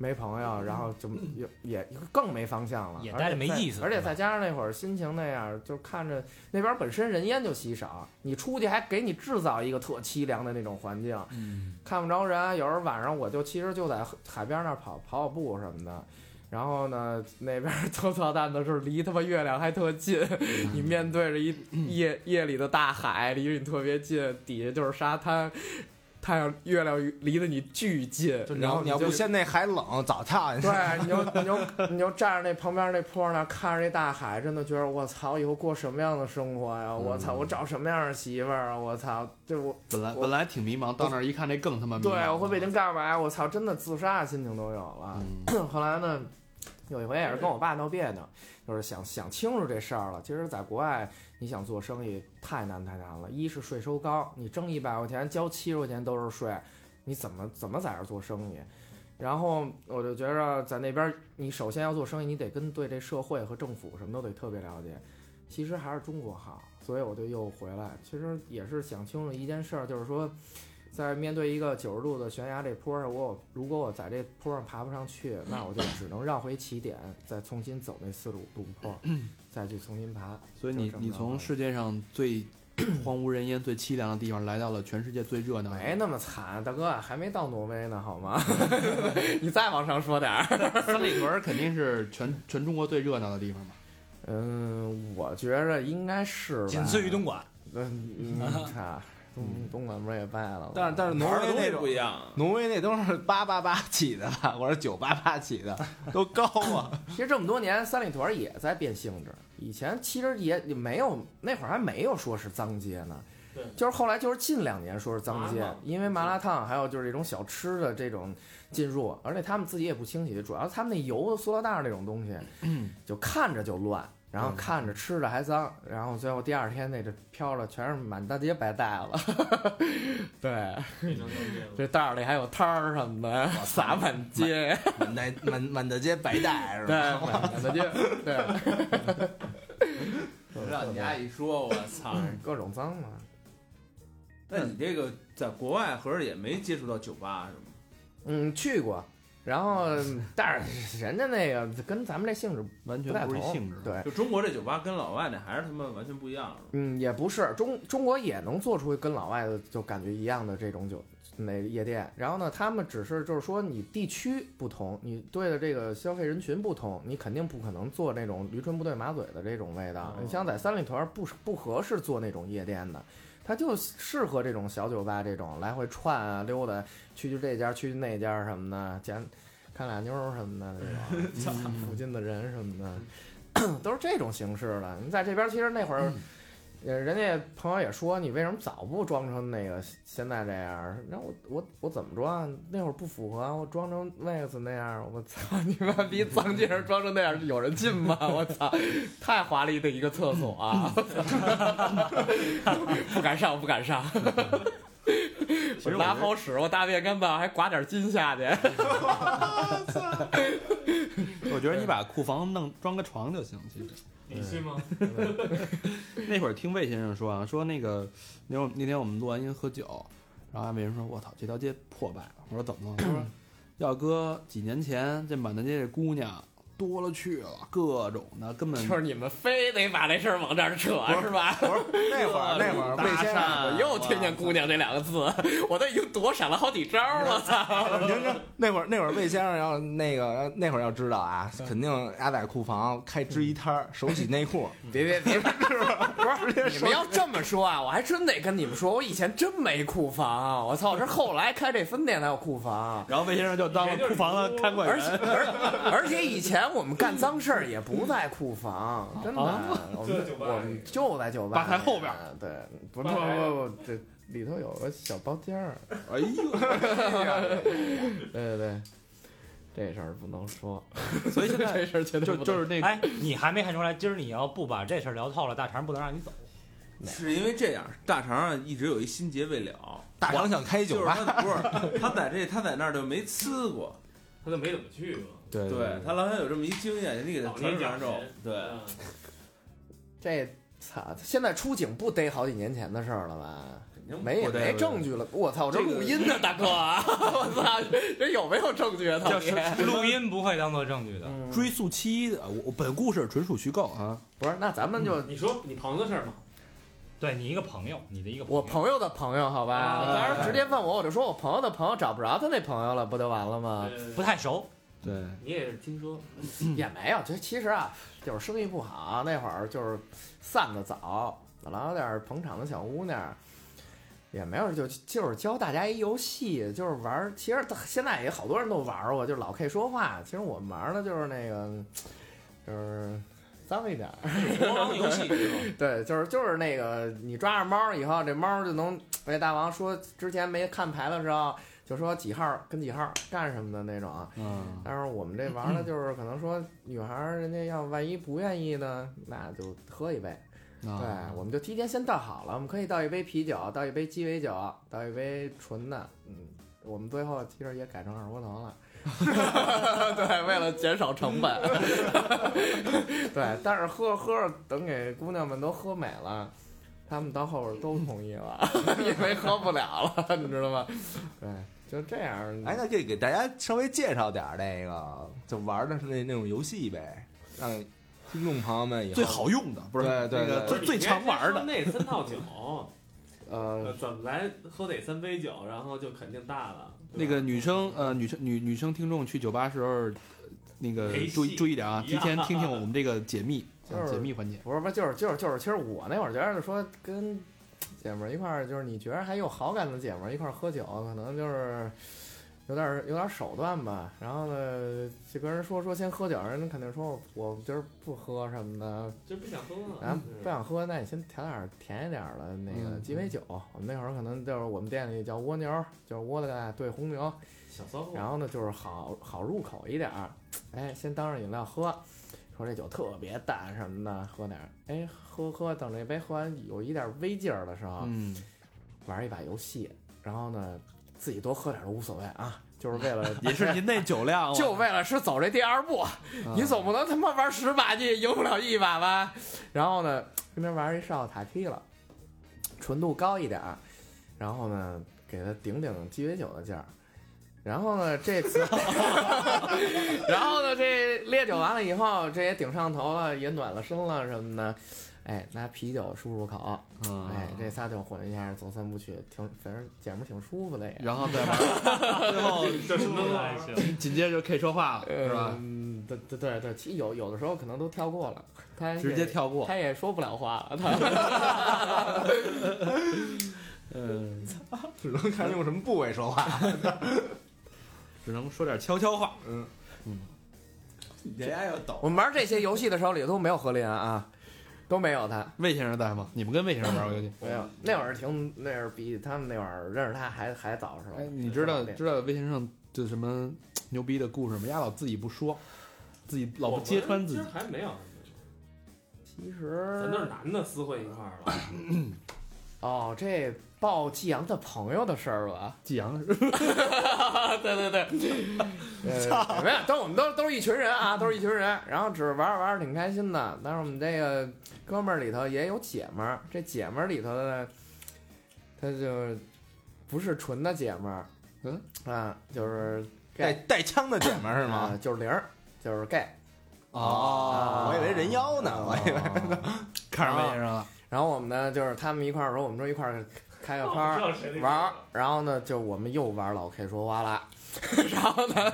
Speaker 6: 没朋友，然后就也也更没方向了，
Speaker 4: 也
Speaker 6: 而
Speaker 4: 待
Speaker 6: 且
Speaker 4: 着没
Speaker 6: 再
Speaker 4: 意思
Speaker 6: 而且
Speaker 4: 是吧
Speaker 6: 再加上那会儿心情那样，就看着那边本身人烟就稀少，你出去还给你制造一个特凄凉的那种环境，
Speaker 2: 嗯，
Speaker 6: 看不着人。有时候晚上我就其实就在海边那儿跑跑跑步什么的。然后呢，那边 搓操蛋的时候离他妈月亮还特近，
Speaker 4: 嗯
Speaker 6: 你面对着一夜夜里的大海，离你特别近，底下就是沙滩，太阳月亮离得你巨近，
Speaker 3: 就你
Speaker 6: 然
Speaker 3: 要
Speaker 6: 后
Speaker 3: 你要
Speaker 6: 就
Speaker 3: 不嫌那海冷，早跳进去。
Speaker 6: 对，你就你就你就站着那旁边那坡那儿看着那大海，真的觉得我操，以后过什么样的生活呀？我操，我找什么样的媳妇儿啊？我操，这我
Speaker 2: 本来
Speaker 6: 我
Speaker 2: 本来挺迷茫，到那儿一看这更他妈迷茫
Speaker 6: 对啊
Speaker 2: 了。
Speaker 6: 我回北京干嘛呀？我操，真的自杀的心情都有了。
Speaker 2: 嗯
Speaker 6: 后来呢，有一回也是跟我爸闹别扭，就是想想清楚这事儿了。其实，在国外你想做生意太难太难了，一是税收高，你挣一百块钱交七十块钱都是税，你怎么怎么在这儿做生意？然后我就觉着在那边儿，你首先要做生意，你得跟对这社会和政府什么都得特别了解。其实还是中国好，所以我就又回来。其实也是想清楚一件事儿，就是说，在面对一个九十度的悬崖这坡上，我如果我在这坡上爬不上去，那我就只能绕回起点，再重新走那四十五度坡，再去重新爬。
Speaker 2: 所以你
Speaker 6: 就这么
Speaker 2: 你
Speaker 6: 着
Speaker 2: 从世界上最荒无人烟、最凄凉的地方来到了全世界最热闹的。
Speaker 6: 没那么惨，大哥还没到挪威呢，好吗？ 你再往上说点儿。
Speaker 2: 三里屯儿肯定是全全中国最热闹的地方嘛。
Speaker 6: 嗯，我觉着应该是吧
Speaker 4: 仅次于东莞。
Speaker 6: 嗯，差东东莞不是也败了吗？
Speaker 3: 但是但是挪
Speaker 7: 玩的
Speaker 3: 威
Speaker 7: 东
Speaker 3: 那
Speaker 7: 西
Speaker 3: 种
Speaker 7: 不一样，
Speaker 3: 挪威那都是八八八起的吧，我是九八八起的，都高啊。
Speaker 6: 其实这么多年，三里屯也在变性质。以前其实也也没有，那会儿还没有说是脏街呢。
Speaker 5: 对
Speaker 6: 就是后来就是近两年说是脏街
Speaker 5: 麻辣，
Speaker 6: 因为麻辣烫还有就是这种小吃的这种进入，而且他们自己也不清洗，主要是他们那油的塑料袋儿那种东西，
Speaker 5: 嗯
Speaker 6: 就看着就乱，然后看着吃着还脏，然后最后第二天那这飘着全是满大街白带子， 对，
Speaker 5: 非常关键了。
Speaker 6: 这袋儿里还有汤儿什么的，撒满街，
Speaker 3: 满大满满大街白 带是
Speaker 6: 对，
Speaker 3: 吧？
Speaker 6: 满大街，对。
Speaker 2: 嗯
Speaker 7: 让你阿姨说，我操！
Speaker 6: 各种脏嘛。
Speaker 7: 那你这个在国外合着也没接触到酒吧是吗？
Speaker 6: 嗯，去过，然后但是人家那个跟咱们这性质
Speaker 2: 完
Speaker 6: 不
Speaker 2: 全
Speaker 6: 太
Speaker 2: 不
Speaker 6: 同
Speaker 2: 是性质。
Speaker 6: 对，
Speaker 7: 就中国这酒吧跟老外那还是他妈完全不一样是吧？
Speaker 6: 嗯，也不是中中国也能做出跟老外的就感觉一样的这种酒那夜店，然后呢，他们只是就是说你地区不同，你对的这个消费人群不同，你肯定不可能做那种驴唇不对马嘴的这种味道。你像在三里屯儿不不合适做那种夜店的。它就适合这种小酒吧，这种来回串啊溜达，去去这家，去去那家什么的，捡看俩妞儿什么的 那种，附近的人什么的， 都是这种形式的。你在这边儿其实那会儿，呃，人家朋友也说你为什么早不装成那个现在这样儿？那我我我怎么装啊？那会儿不符合啊，我装成那个那样儿，我操 你妈 逼脏街上装成那样儿有人进吗？我操，太华丽的一个厕所啊！ 不敢上，不敢上。
Speaker 7: 实我
Speaker 6: 拉
Speaker 7: 觉得
Speaker 6: 泡屎，我大便干吧，还刮点筋下去。
Speaker 2: 我觉得你把库房弄装个床就行。其实
Speaker 5: 你信吗？
Speaker 2: 那会儿听魏先生说啊，说那个那会儿那天我们录完音喝酒，然后魏先生说：“我操，这条街破败了。”我说：“怎么了？”他说：“耀哥，几年前这满大街这姑娘多了去了，各种的根本
Speaker 4: 就是你们非得把这事儿往这儿扯嗯是吧？
Speaker 3: 那会儿那会儿魏先生，
Speaker 8: 嗯
Speaker 4: 我又听见“姑娘”这两个字，我都已经躲闪了好几招了。操！
Speaker 3: 您这那会儿那会儿魏先生要那个那会儿要知道啊，肯定阿在库房开织衣摊儿，手洗内裤，
Speaker 2: 嗯
Speaker 6: 别别别，
Speaker 4: 你们要这么说啊，我还真得跟你们说，我以前真没库房，啊我操，我是后来开这分店才有库房。啊
Speaker 2: 然后魏先生就当了库房的看管
Speaker 4: 而且
Speaker 2: 员，
Speaker 4: 而而且以前我们干脏事儿也不在库房，真的，我
Speaker 5: 就
Speaker 4: 们
Speaker 5: 酒吧
Speaker 4: 我们就在酒吧
Speaker 2: 啊
Speaker 4: 啊
Speaker 2: 吧台后边儿。
Speaker 6: 对，不
Speaker 5: 八
Speaker 6: 不
Speaker 5: 百
Speaker 6: 不不，这里头有个小包间 儿。
Speaker 2: 哎呦，
Speaker 6: 对对对，这事儿不能说，
Speaker 2: 所以 现在
Speaker 6: 这事儿绝对
Speaker 2: 就
Speaker 6: 不能
Speaker 2: 就是那
Speaker 8: 哎，你还没看出来，今儿你要不把这事儿聊透了，大肠不能让你走。
Speaker 7: 是因为这样，大肠啊一直有一心结未了，
Speaker 3: 大肠想开
Speaker 7: 就
Speaker 3: 酒
Speaker 7: 是
Speaker 3: 吧，
Speaker 7: 他不是他在这他在那儿就没呲 过，
Speaker 5: 他就没怎么去过。
Speaker 3: 对
Speaker 7: 对他老想有这么一经验，你给他
Speaker 5: 老
Speaker 7: 传
Speaker 5: 年
Speaker 7: 传授
Speaker 5: 养神，
Speaker 7: 对。
Speaker 5: 嗯
Speaker 6: 这
Speaker 4: 操，现在出警不逮好几年前的事儿了吧？
Speaker 7: 肯定
Speaker 4: 没
Speaker 7: 不对
Speaker 4: 没证据了，我操，我这
Speaker 7: 这个
Speaker 4: 录音呢，大哥啊， 我操，这有没有证据啊？嗯到底
Speaker 8: 录音不会当做证据的。
Speaker 2: 追溯期的，我我本故事纯属虚构啊，
Speaker 6: 不是？那咱们就
Speaker 5: 你说你朋友的事儿吗？
Speaker 8: 对你一个朋友，你的一个
Speaker 4: 我
Speaker 8: 友
Speaker 4: 朋友的朋友，好吧，
Speaker 7: 嗯
Speaker 5: 啊
Speaker 4: 到时候直接问我，我就说我朋友的朋友找不着他那朋友了，不就完了
Speaker 6: 啊
Speaker 4: 吗？
Speaker 5: 呃
Speaker 8: 不太熟，
Speaker 2: 对，
Speaker 5: 你也是听说，
Speaker 4: 也没有，就其实啊，就是生意不好，那会儿就是散的早，老有点捧场的小姑娘，也没有就就是教大家一游戏，就是玩儿。其实现在也好多人都玩儿过，就是老 K 说话，其实我们玩儿的就是那个，就是。脏一点儿，
Speaker 8: 国王游戏是吧
Speaker 4: 对，就是就是那个，你抓着猫以后，这猫就能。那大王说之前没看牌的时候，就说几号跟几号干什么的那种，啊
Speaker 2: 嗯，
Speaker 4: 但是我们这玩的就是可能说女孩儿人家要万一不愿意呢，那就喝一杯。
Speaker 2: 啊
Speaker 4: 对，我们就提前先倒好了，我们可以倒一杯啤酒，倒一杯鸡尾酒，倒一杯纯的。嗯，我们最后其实也改成二锅头了。 对，为了减少成本。对，但是喝着喝着，等给姑娘们都喝美了，她们到后边都同意了， 因为喝不了了，你知道吗？对，就这样。
Speaker 3: 哎，那这给大家稍微介绍点儿那个，就玩儿的是那那种游戏呗，让听众朋友们以后
Speaker 2: 最好用的不是
Speaker 3: 对对
Speaker 2: 那
Speaker 3: 对
Speaker 2: 个呃最最常玩的，
Speaker 5: 你别说那三套酒，
Speaker 6: 呃
Speaker 5: 呃怎么来喝得三杯酒，然后就肯定大了。
Speaker 2: 那
Speaker 5: 对吧
Speaker 2: 个女生呃女生女女生听众去酒吧时候，呃那个
Speaker 5: 陪戏
Speaker 2: 注意注意点啊，
Speaker 5: 一
Speaker 2: 提
Speaker 5: 样
Speaker 2: 前听听我们这个解密啊
Speaker 6: 就是
Speaker 2: 解密环节，
Speaker 6: 不是不是就是就是就是，其实我那会儿觉得说跟姐们儿一块儿，就是你觉得还有好感的姐们儿一块儿喝酒，可能就是有点儿有点儿手段吧。然后呢，就跟人说说先喝酒，人肯定说我我今儿不喝什么
Speaker 2: 嗯
Speaker 6: 的，
Speaker 5: 就是不想喝了，
Speaker 6: 然后
Speaker 5: 嗯
Speaker 6: 不想喝，那你先调点儿甜一点儿的那个
Speaker 2: 嗯
Speaker 6: 鸡尾酒。我们那会儿可能就是我们店里叫蜗牛，就是窝的兑红牛，
Speaker 5: 小骚
Speaker 2: 哦
Speaker 5: 货。
Speaker 6: 然后呢，就是好好入口一点儿，哎，先当着饮料喝，说这酒特别淡什么的，喝点儿，哎，喝喝，等这杯喝完有一点微劲儿的时候，
Speaker 2: 嗯，
Speaker 6: 玩一把游戏，然后呢，自己多喝点儿都无所谓啊，就是为了
Speaker 2: 也 是您那酒量，啊
Speaker 4: 就为了是走这第二步，
Speaker 6: 啊
Speaker 4: 你总不能他妈玩十把你也赢不了一把吧？
Speaker 6: 然后呢，跟边玩一上塔 K 了，纯度高一点儿，然后呢，给他顶顶鸡尾酒的劲儿。然后呢，这次， 然后呢，这烈酒完了以后，这也顶上头了，也暖了身了什么的，哎，拿啤酒漱漱口，
Speaker 2: 嗯
Speaker 6: 哎，这仨酒混一下，走三部曲，挺反正姐们儿挺舒服的也，
Speaker 2: 然后再玩，最后
Speaker 5: 这什么都
Speaker 8: 还
Speaker 5: 玩
Speaker 8: 行。
Speaker 2: 紧接着就 K 说话了，是吧？
Speaker 6: 嗯，对对对对，其实有有的时候可能都跳过了，他也
Speaker 2: 直接跳过，
Speaker 6: 他也说不了话了，他。
Speaker 2: 嗯，
Speaker 3: 只能看用什么部位说话。
Speaker 2: 只能说点悄悄话，
Speaker 7: 人家要抖，
Speaker 4: 我们玩这些游戏的时候里都没有何林啊，都没有他。
Speaker 2: 魏先生在吗？你们跟魏先生玩过游戏？
Speaker 6: 没有，那会儿挺那会儿比他们那会儿认识他还还早是吧？
Speaker 2: 哎，你知道
Speaker 6: 对
Speaker 2: 知道魏先生这什么牛逼的故事吗？丫老自己不说，自己老不揭穿自己
Speaker 5: 我们。今儿还没有，
Speaker 6: 其
Speaker 5: 咱都是
Speaker 6: 实
Speaker 5: 男的厮混一块儿了。
Speaker 6: 哦，这报季阳的朋友的事儿 吧？
Speaker 2: 季阳
Speaker 6: 对对对，呃，没有，都我们都都是一群人啊，都是一群人，然后只是玩着玩着挺开心的。但是我们这个哥们儿里头也有姐们儿，这姐们儿里头呢，她就不是纯的姐们儿，
Speaker 2: 嗯
Speaker 6: 啊，就是
Speaker 3: 带带枪的姐们儿是
Speaker 6: 啊
Speaker 3: 吗？
Speaker 6: 就是零儿，就是 gay。
Speaker 2: 哦，
Speaker 7: 啊
Speaker 3: 我以为人妖呢，
Speaker 6: 哦
Speaker 3: 我以为。
Speaker 2: 看着面上了，
Speaker 6: 然后我们呢，就是他们一块儿说，我们说一块儿开个 趴儿
Speaker 5: 我知道谁那
Speaker 6: 玩儿，然后呢，就我们又玩老 K 说话啦， 然后呢，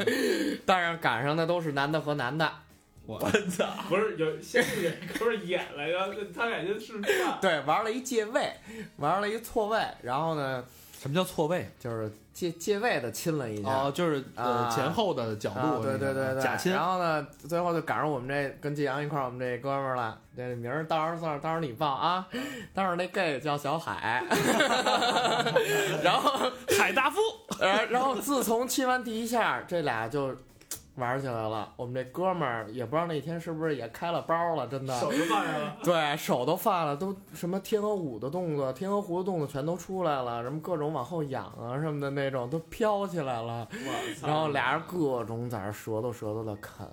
Speaker 6: 但是赶上的都是男的和男的，
Speaker 5: 不是有先是有哥们儿演来着，他感觉是看
Speaker 6: 对，玩了一借位，玩了一错位，然后呢，
Speaker 2: 什么叫错位？
Speaker 6: 就是借借位的亲了一下。
Speaker 2: 哦，就是呃
Speaker 6: 啊
Speaker 2: 前后的角
Speaker 6: 啊
Speaker 2: 度，
Speaker 6: 对对对对，
Speaker 2: 假亲
Speaker 6: 然后呢，最后就赶上我们这跟季阳一块儿，我们这哥们儿了。这名儿到时候算，到时候你报啊。但是那 gay 叫小 海，然后
Speaker 2: 海大夫，
Speaker 6: 呃，然后自从亲完第一下，这俩就玩起来了。我们这哥们儿也不知道那天是不是也开了包了，真的
Speaker 5: 手就放下了，
Speaker 6: 对手都犯了，都什么天鹅舞的动作、天鹅湖的动作全都出来了，什么各种往后仰啊什么的那种都飘起来了，
Speaker 5: 我操！
Speaker 6: 然后俩人各种在那舌头舌头的啃，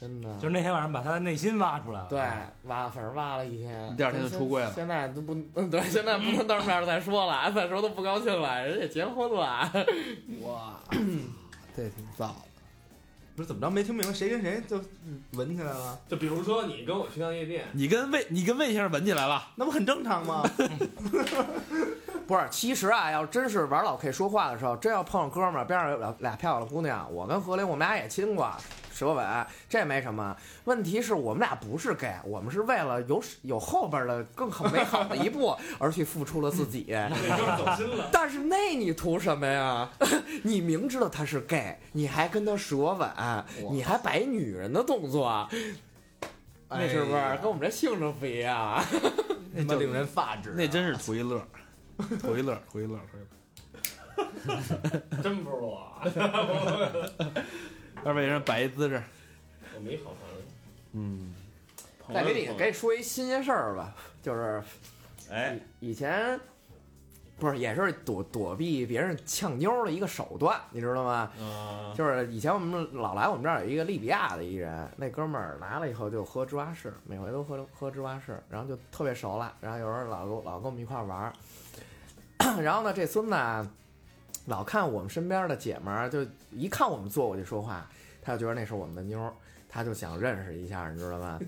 Speaker 6: 真的
Speaker 8: 就是那天晚上把他的内心挖出来了。嗯
Speaker 6: 对挖，反正挖了一天，
Speaker 2: 第二天就出柜了
Speaker 6: 现在都不， 嗯对，现在不能当面再说了， 再说都不高兴了，人家结婚了。
Speaker 2: 哇，这挺燥。
Speaker 3: 不是怎么着没听明白谁跟谁就闻起来了，
Speaker 5: 就比如说你跟我去趟夜店，
Speaker 2: 你跟魏，你跟魏先生闻起来了，
Speaker 3: 那不很正常吗？
Speaker 6: 不是，其实啊，要真是玩老 K 说话的时候，真要碰上哥们儿边上有俩俩漂亮的姑娘，我跟何林我们俩也亲过舌吻，这没什么。问题是我们俩不是 gay，我们是为了有有后边的更好美好的一步而去付出了自己。
Speaker 5: 那哥们儿走心了，
Speaker 6: 但是那你图什么呀？ 你明知道他是 gay，你还跟他舌吻，你还摆女人的动作，那是不是跟我们这性质不一样？
Speaker 3: 他妈令人发指啊。
Speaker 2: 那真是图 一乐，图一乐，图一乐，图一乐。
Speaker 5: 真不是我，啊
Speaker 2: 二位人摆一姿势，
Speaker 5: 我没好朋友。
Speaker 2: 嗯，
Speaker 6: 再给你
Speaker 7: 朋友
Speaker 6: 给你说一新鲜事儿吧， 就是
Speaker 7: 哎，
Speaker 6: 以前不是也是躲躲避别人呛妞儿的一个手段，你知道吗？
Speaker 7: 啊，
Speaker 6: 就是以前我们老来我们这儿有一个利比亚的一人，那哥们儿来了以后就喝芝华士，每回都喝喝芝华士，然后就特别熟了，然后有时候老跟我老跟我们一块儿玩儿。 然后呢，这孙子啊老看我们身边的姐们儿，就一看我们坐过去说话，他就觉得那是我们的妞儿，他就想认识一下，你知道吗？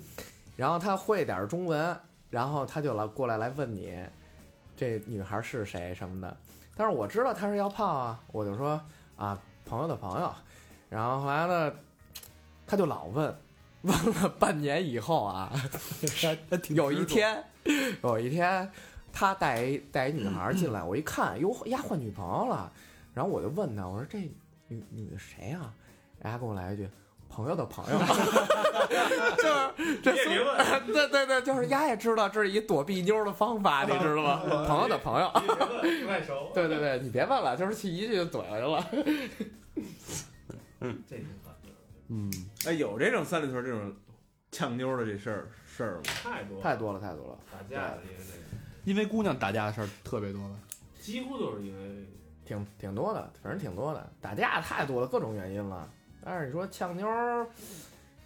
Speaker 6: 然后他会点儿中文，然后他就来过来来问你，这女孩是谁什么的。但是我知道他是要泡啊，我就说啊，朋友的朋友。然后后来呢，他就老问，问了半年以后啊，有一天，有一天他带一带一女孩进来，我一看，哟，丫换女朋友了。然后我就问他，我说这女女的谁啊？人家跟我来一句。朋友的朋 友，就是这
Speaker 5: 别别问，
Speaker 6: 对对对，就是丫也知道这是一躲避妞的方法，你知道 吗？朋友的朋友，
Speaker 5: 别问，不太熟。
Speaker 6: 对对对，你别问了，就是去一句就怼回去了。
Speaker 5: 这挺烦的，
Speaker 2: 嗯，
Speaker 7: 哎，有这种三里屯这种呛妞的这事儿事儿吗？
Speaker 5: 太多 了
Speaker 6: 太多了，太多了。
Speaker 5: 打架的也是那
Speaker 2: 因为姑娘打架的事儿特别多吧？
Speaker 5: 个，几乎都是因为
Speaker 6: 挺挺多的，反正挺多的，打架太多了，各种原因了。但是你说呛妞儿，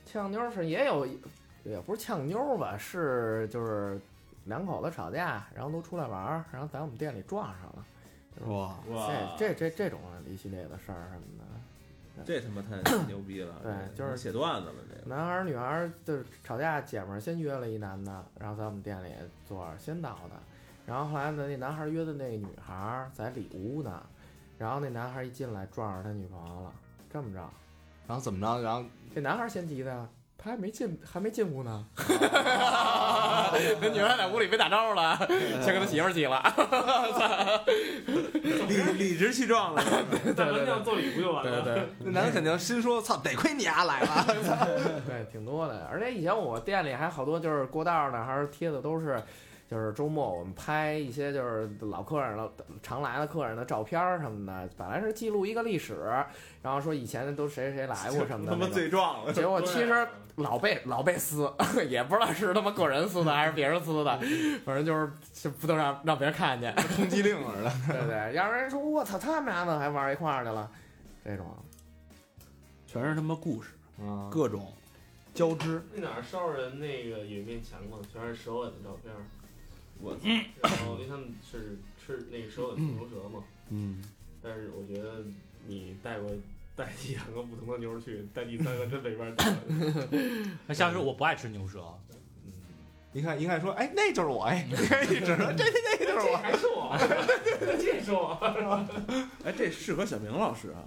Speaker 6: 呛妞儿是也有，也不是呛妞儿吧，是就是两口子吵架，然后都出来玩儿，然后在我们店里撞上了，
Speaker 2: 哇，
Speaker 7: 哇，
Speaker 6: 这这这这种一系列的事儿什么的。
Speaker 7: 这他妈太牛逼了！
Speaker 6: 对就是
Speaker 7: 写段子了，这个
Speaker 6: 男孩儿女孩儿就是吵架，姐们儿先约了一男的，然后在我们店里坐着先到的，然后后来呢，那男孩儿约的那女孩儿在里屋呢，然后那男孩儿一进来撞上他女朋友了，这么着。
Speaker 2: 然后怎么着？然后
Speaker 6: 这男孩儿先急的，他还没进，还没进屋呢。 那女孩在屋里没打招呼了，先跟他媳妇儿急了。
Speaker 7: 理理直气壮 了。
Speaker 5: 大哥酿做礼不就完
Speaker 6: 对
Speaker 5: 了？
Speaker 6: 对
Speaker 3: 那男的肯定心说：“操，得亏你丫来了。
Speaker 6: 对，挺多的。而且以前我店里还好多就是过道儿呢，还是贴的都是，就是周末我们拍一些就是老客人了、常来的客人的照片儿什么的，本来是记录一个历史，然后说以前都谁谁来过什么的
Speaker 7: 他妈
Speaker 6: 那种。
Speaker 7: 最壮了，
Speaker 6: 结果其
Speaker 5: 对
Speaker 6: 实
Speaker 5: 啊
Speaker 6: 老被老被撕， 也不知道是他妈个人撕的还是别人撕的，反正就是就不能让让别人看见。”
Speaker 3: 通缉令似的。
Speaker 6: 对对，要不然人说我操，他们俩怎么还玩一块儿去了？这种
Speaker 2: 全是他妈故事，
Speaker 3: 啊，
Speaker 2: 各种交织。
Speaker 5: 那哪儿烧人那个有一面墙嘛，全是舌吻的照片儿。
Speaker 7: 我
Speaker 5: 然后因为他们是吃那个舌吻自由舌嘛，
Speaker 2: 嗯，
Speaker 5: 但是我觉得你带过代替两个不同的牛肉去，代替三个真没法吃。
Speaker 4: 那下次我不爱吃牛舌，
Speaker 6: 一看一看说，哎，那就是我，哎，你看一指着，这这这就是我，
Speaker 5: 还是 我，这是我。
Speaker 9: 哎，这适合小明老师啊，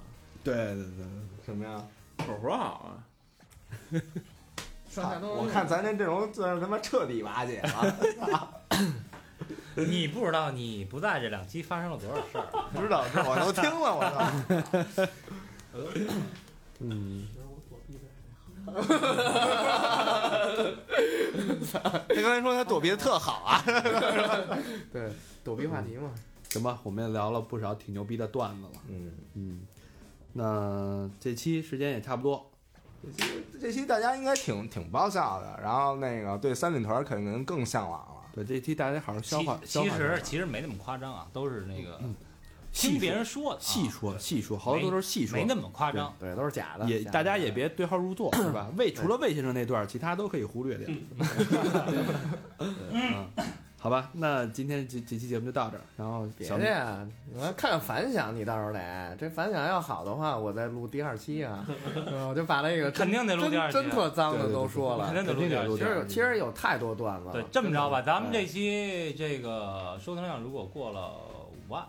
Speaker 2: 对对对，
Speaker 6: 什么呀？
Speaker 9: 口活好啊。
Speaker 2: 上下都
Speaker 6: 我看咱这阵容算是他妈彻底瓦解了，
Speaker 4: 你不知道你不在这两期发生了多少事儿。
Speaker 6: 不知道，这我都听了，我操。
Speaker 5: 嗯，我躲避呗。
Speaker 6: 他刚才说他躲避的特好啊，
Speaker 1: 对，躲避话题嘛。
Speaker 2: 行吧，我们也聊了不少挺牛逼的段子了。
Speaker 6: 嗯。
Speaker 2: 嗯，那这期时间也差不多，
Speaker 6: 这期大家应该挺挺爆笑的，然后那个对三里屯肯定更向往了。
Speaker 2: 对这期大家好好消
Speaker 4: 其
Speaker 2: 化。消
Speaker 4: 其
Speaker 2: 化一下
Speaker 4: 实其实没那么夸张啊，都是那个
Speaker 2: 细
Speaker 4: 听别
Speaker 2: 说
Speaker 4: 人说的啊，
Speaker 2: 细说细说，好多都是细说
Speaker 4: 没，那么夸张。
Speaker 1: 对，都是假的。
Speaker 2: 也
Speaker 1: 假的
Speaker 2: 大家也别对号入座，是吧？ 魏除了魏先生那段，其他都可以忽略掉。对 嗯，好吧，那今天这这期节目就到这儿，然后
Speaker 1: 别
Speaker 2: 小
Speaker 1: 这样，你要看看反响，你到时候得这反响要好的话，我再录第二期 啊，嗯我就把那个真
Speaker 4: 肯定得录第二啊期
Speaker 1: 真真特脏的都说了
Speaker 4: 肯。定得录第二
Speaker 2: 肯定得录
Speaker 4: 期。
Speaker 6: 啊
Speaker 1: 其实有其实有太多段子了。
Speaker 4: 对，这么着吧，
Speaker 1: 真的
Speaker 4: 咱们这期这个收听量如果过了五万，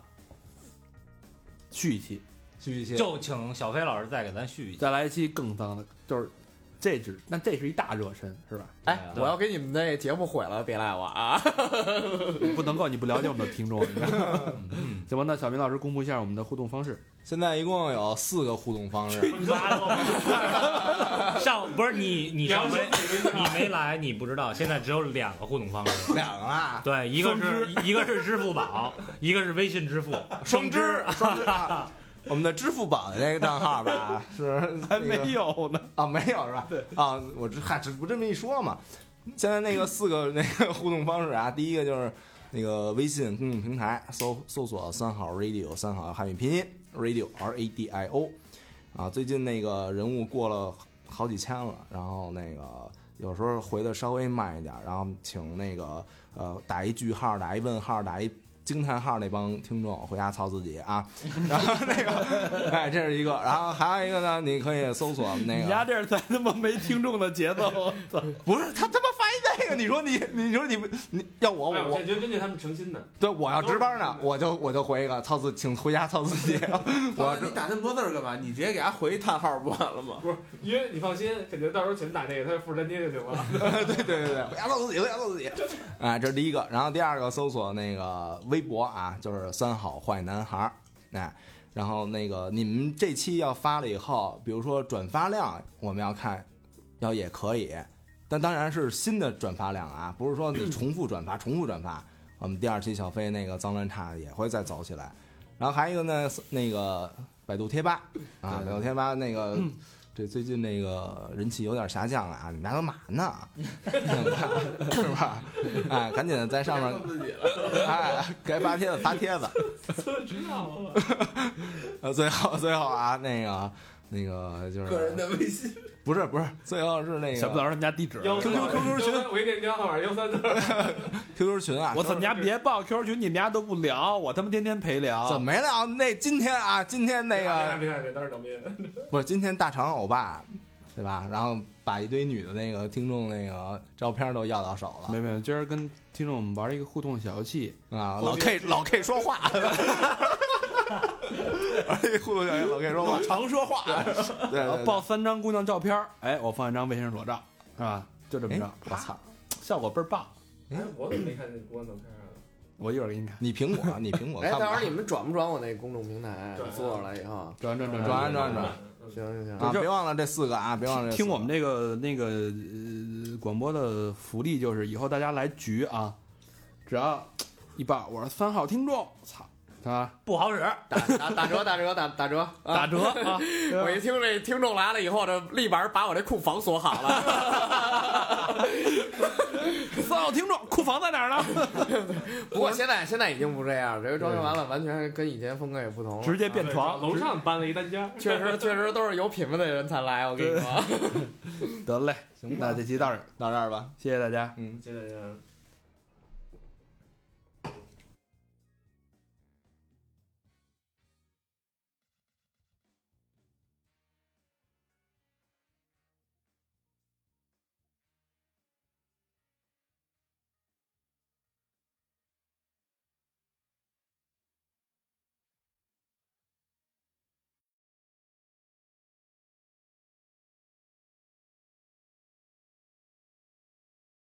Speaker 2: 续一期，
Speaker 6: 续一期
Speaker 4: 就请小飞老师再给咱续 一期。
Speaker 2: 再来一期更脏的，就是这只，那这是一大热身，是吧？
Speaker 1: 哎，
Speaker 4: 对
Speaker 1: 我要给你们那节目毁了，别赖我啊！
Speaker 2: 不能够你不了解我们的听众，你知道吗
Speaker 4: 嗯，
Speaker 2: 行吧？那小明老师公布一下我们的互动方式，
Speaker 6: 现在一共有四个互动 方式，
Speaker 4: 你拉倒吧上不是你你上回你没来，你不知道，现在只有两个互动方式。
Speaker 6: 两个啊，
Speaker 4: 对，一个是一个是支付宝，一个是微信支付，
Speaker 6: 双支，双支 啊。我们的支付宝的那个账号吧，是还
Speaker 2: 哎有呢，
Speaker 6: 啊，没有是吧？对啊，我这嗨，这不这么一说嘛。现在那个四个 那个互动方式啊，第一个就是那个微信公众平台搜搜索三好 radio 三好汉语拼音 radio r a d i o 啊，最近那个人物过了好几千了，然后那个有时候回的稍微慢一点，然后请那个呃打一句号、打一问号、打一惊叹号那帮听众回家操自己啊， 然后那个哎这是一个，然后还有一个呢，你可以搜索那个
Speaker 2: 你家这是咱他妈没听众的节 奏，
Speaker 6: 不是他他妈发一那个，你说 你你说你不你要我
Speaker 5: 哎，
Speaker 6: 哦我
Speaker 5: 我
Speaker 6: 我
Speaker 5: 这觉得根据他们诚心的，
Speaker 6: 对我要值班呢，我就我就回一个操自请回家操自己，我
Speaker 9: 你打那么多字儿干嘛？你直接给他回一叹号不完了吗？
Speaker 5: 不是，因为你放心，肯定到时候全打那个，他就复制粘贴就行了。
Speaker 6: 对对对对，回家操自己回家操自己，啊这是第一个，然后第二个搜索那个微博啊，就是三好坏男孩儿，哎。然后那个你们这期要发了以后，比如说转发量，我们要看，要也可以，但当然是新的转发量啊，不是说你重复转发、重复转发。我们第二期小飞那个脏乱差也会再走起来。然后还有一个呢，是那个百度贴吧啊，百度贴吧那个。 这最近那个人气有点下降了啊！你们俩都嘛呢？ 是 吧？哎，赶紧在上面，
Speaker 9: 自己了。
Speaker 6: 哎，该发帖子发帖子。
Speaker 5: 知道吗？
Speaker 6: 呃，最后最后啊，那个那个就是
Speaker 9: 个人的微信，
Speaker 6: 不是不是，最后是那
Speaker 2: 小明老
Speaker 6: 个
Speaker 2: 师他们家地址， 啊
Speaker 5: 幺
Speaker 6: QQ QQ 群，
Speaker 5: 我给你电话号码幺三四。
Speaker 6: QQ 群啊，
Speaker 2: 我操，你家别报 QQ 群，你们家都不聊，我他妈天天陪聊，
Speaker 6: 怎么没聊？那今天啊，今天那个
Speaker 5: 哎别别别，当时等别。
Speaker 6: 不是今天大长欧巴，对吧？然后把一堆女的那个听众那个照片都要到手
Speaker 2: 没有没有，今儿跟听众们玩了一个互动小游戏，
Speaker 6: 了啊！老 K 老 K 说话， 哎，互动小老 K 说话，
Speaker 9: 常说话。
Speaker 6: 对对
Speaker 2: 然
Speaker 6: 哎
Speaker 2: 后
Speaker 6: 对
Speaker 2: 呃报三张姑娘照片儿，哎，我放一张卫生所照，是吧？就这么
Speaker 6: 哎
Speaker 2: 着，
Speaker 6: 我操！
Speaker 2: 效果倍儿棒。
Speaker 5: 哎，我怎么没看见公安照片啊？
Speaker 2: 我一会儿给你看，
Speaker 6: 你苹果，你苹果
Speaker 1: 哎，
Speaker 6: 看
Speaker 1: 到时
Speaker 6: 吧
Speaker 1: 候。你们转不转我那公众平台
Speaker 5: 转啊？
Speaker 1: 做出来以后，
Speaker 2: 转转转
Speaker 6: 转转转
Speaker 1: 行行行，
Speaker 6: 啊，别忘了这四个啊，别忘了这四个
Speaker 2: 听我们这个那个呃广播的福利就是，以后大家来局啊，只要一报我是三号听众，操啊，
Speaker 4: 不好使。
Speaker 1: 打打打折打折打打 折啊！
Speaker 2: 打折啊！
Speaker 1: 我一听这听众来了以后，这立马把我这库房锁好了。
Speaker 2: 三号听众，库房在哪儿呢？
Speaker 1: 不过现在现在已经不这样，这回装修完了，完全跟以前风格也不同了。
Speaker 2: 直接变床，
Speaker 5: 楼上搬了一单间。
Speaker 1: 确实确实都是有品位的人才来，我跟你说。
Speaker 2: 得嘞，那这期到这儿，
Speaker 6: 到这儿吧。
Speaker 2: 谢谢大家。
Speaker 5: 谢谢大家。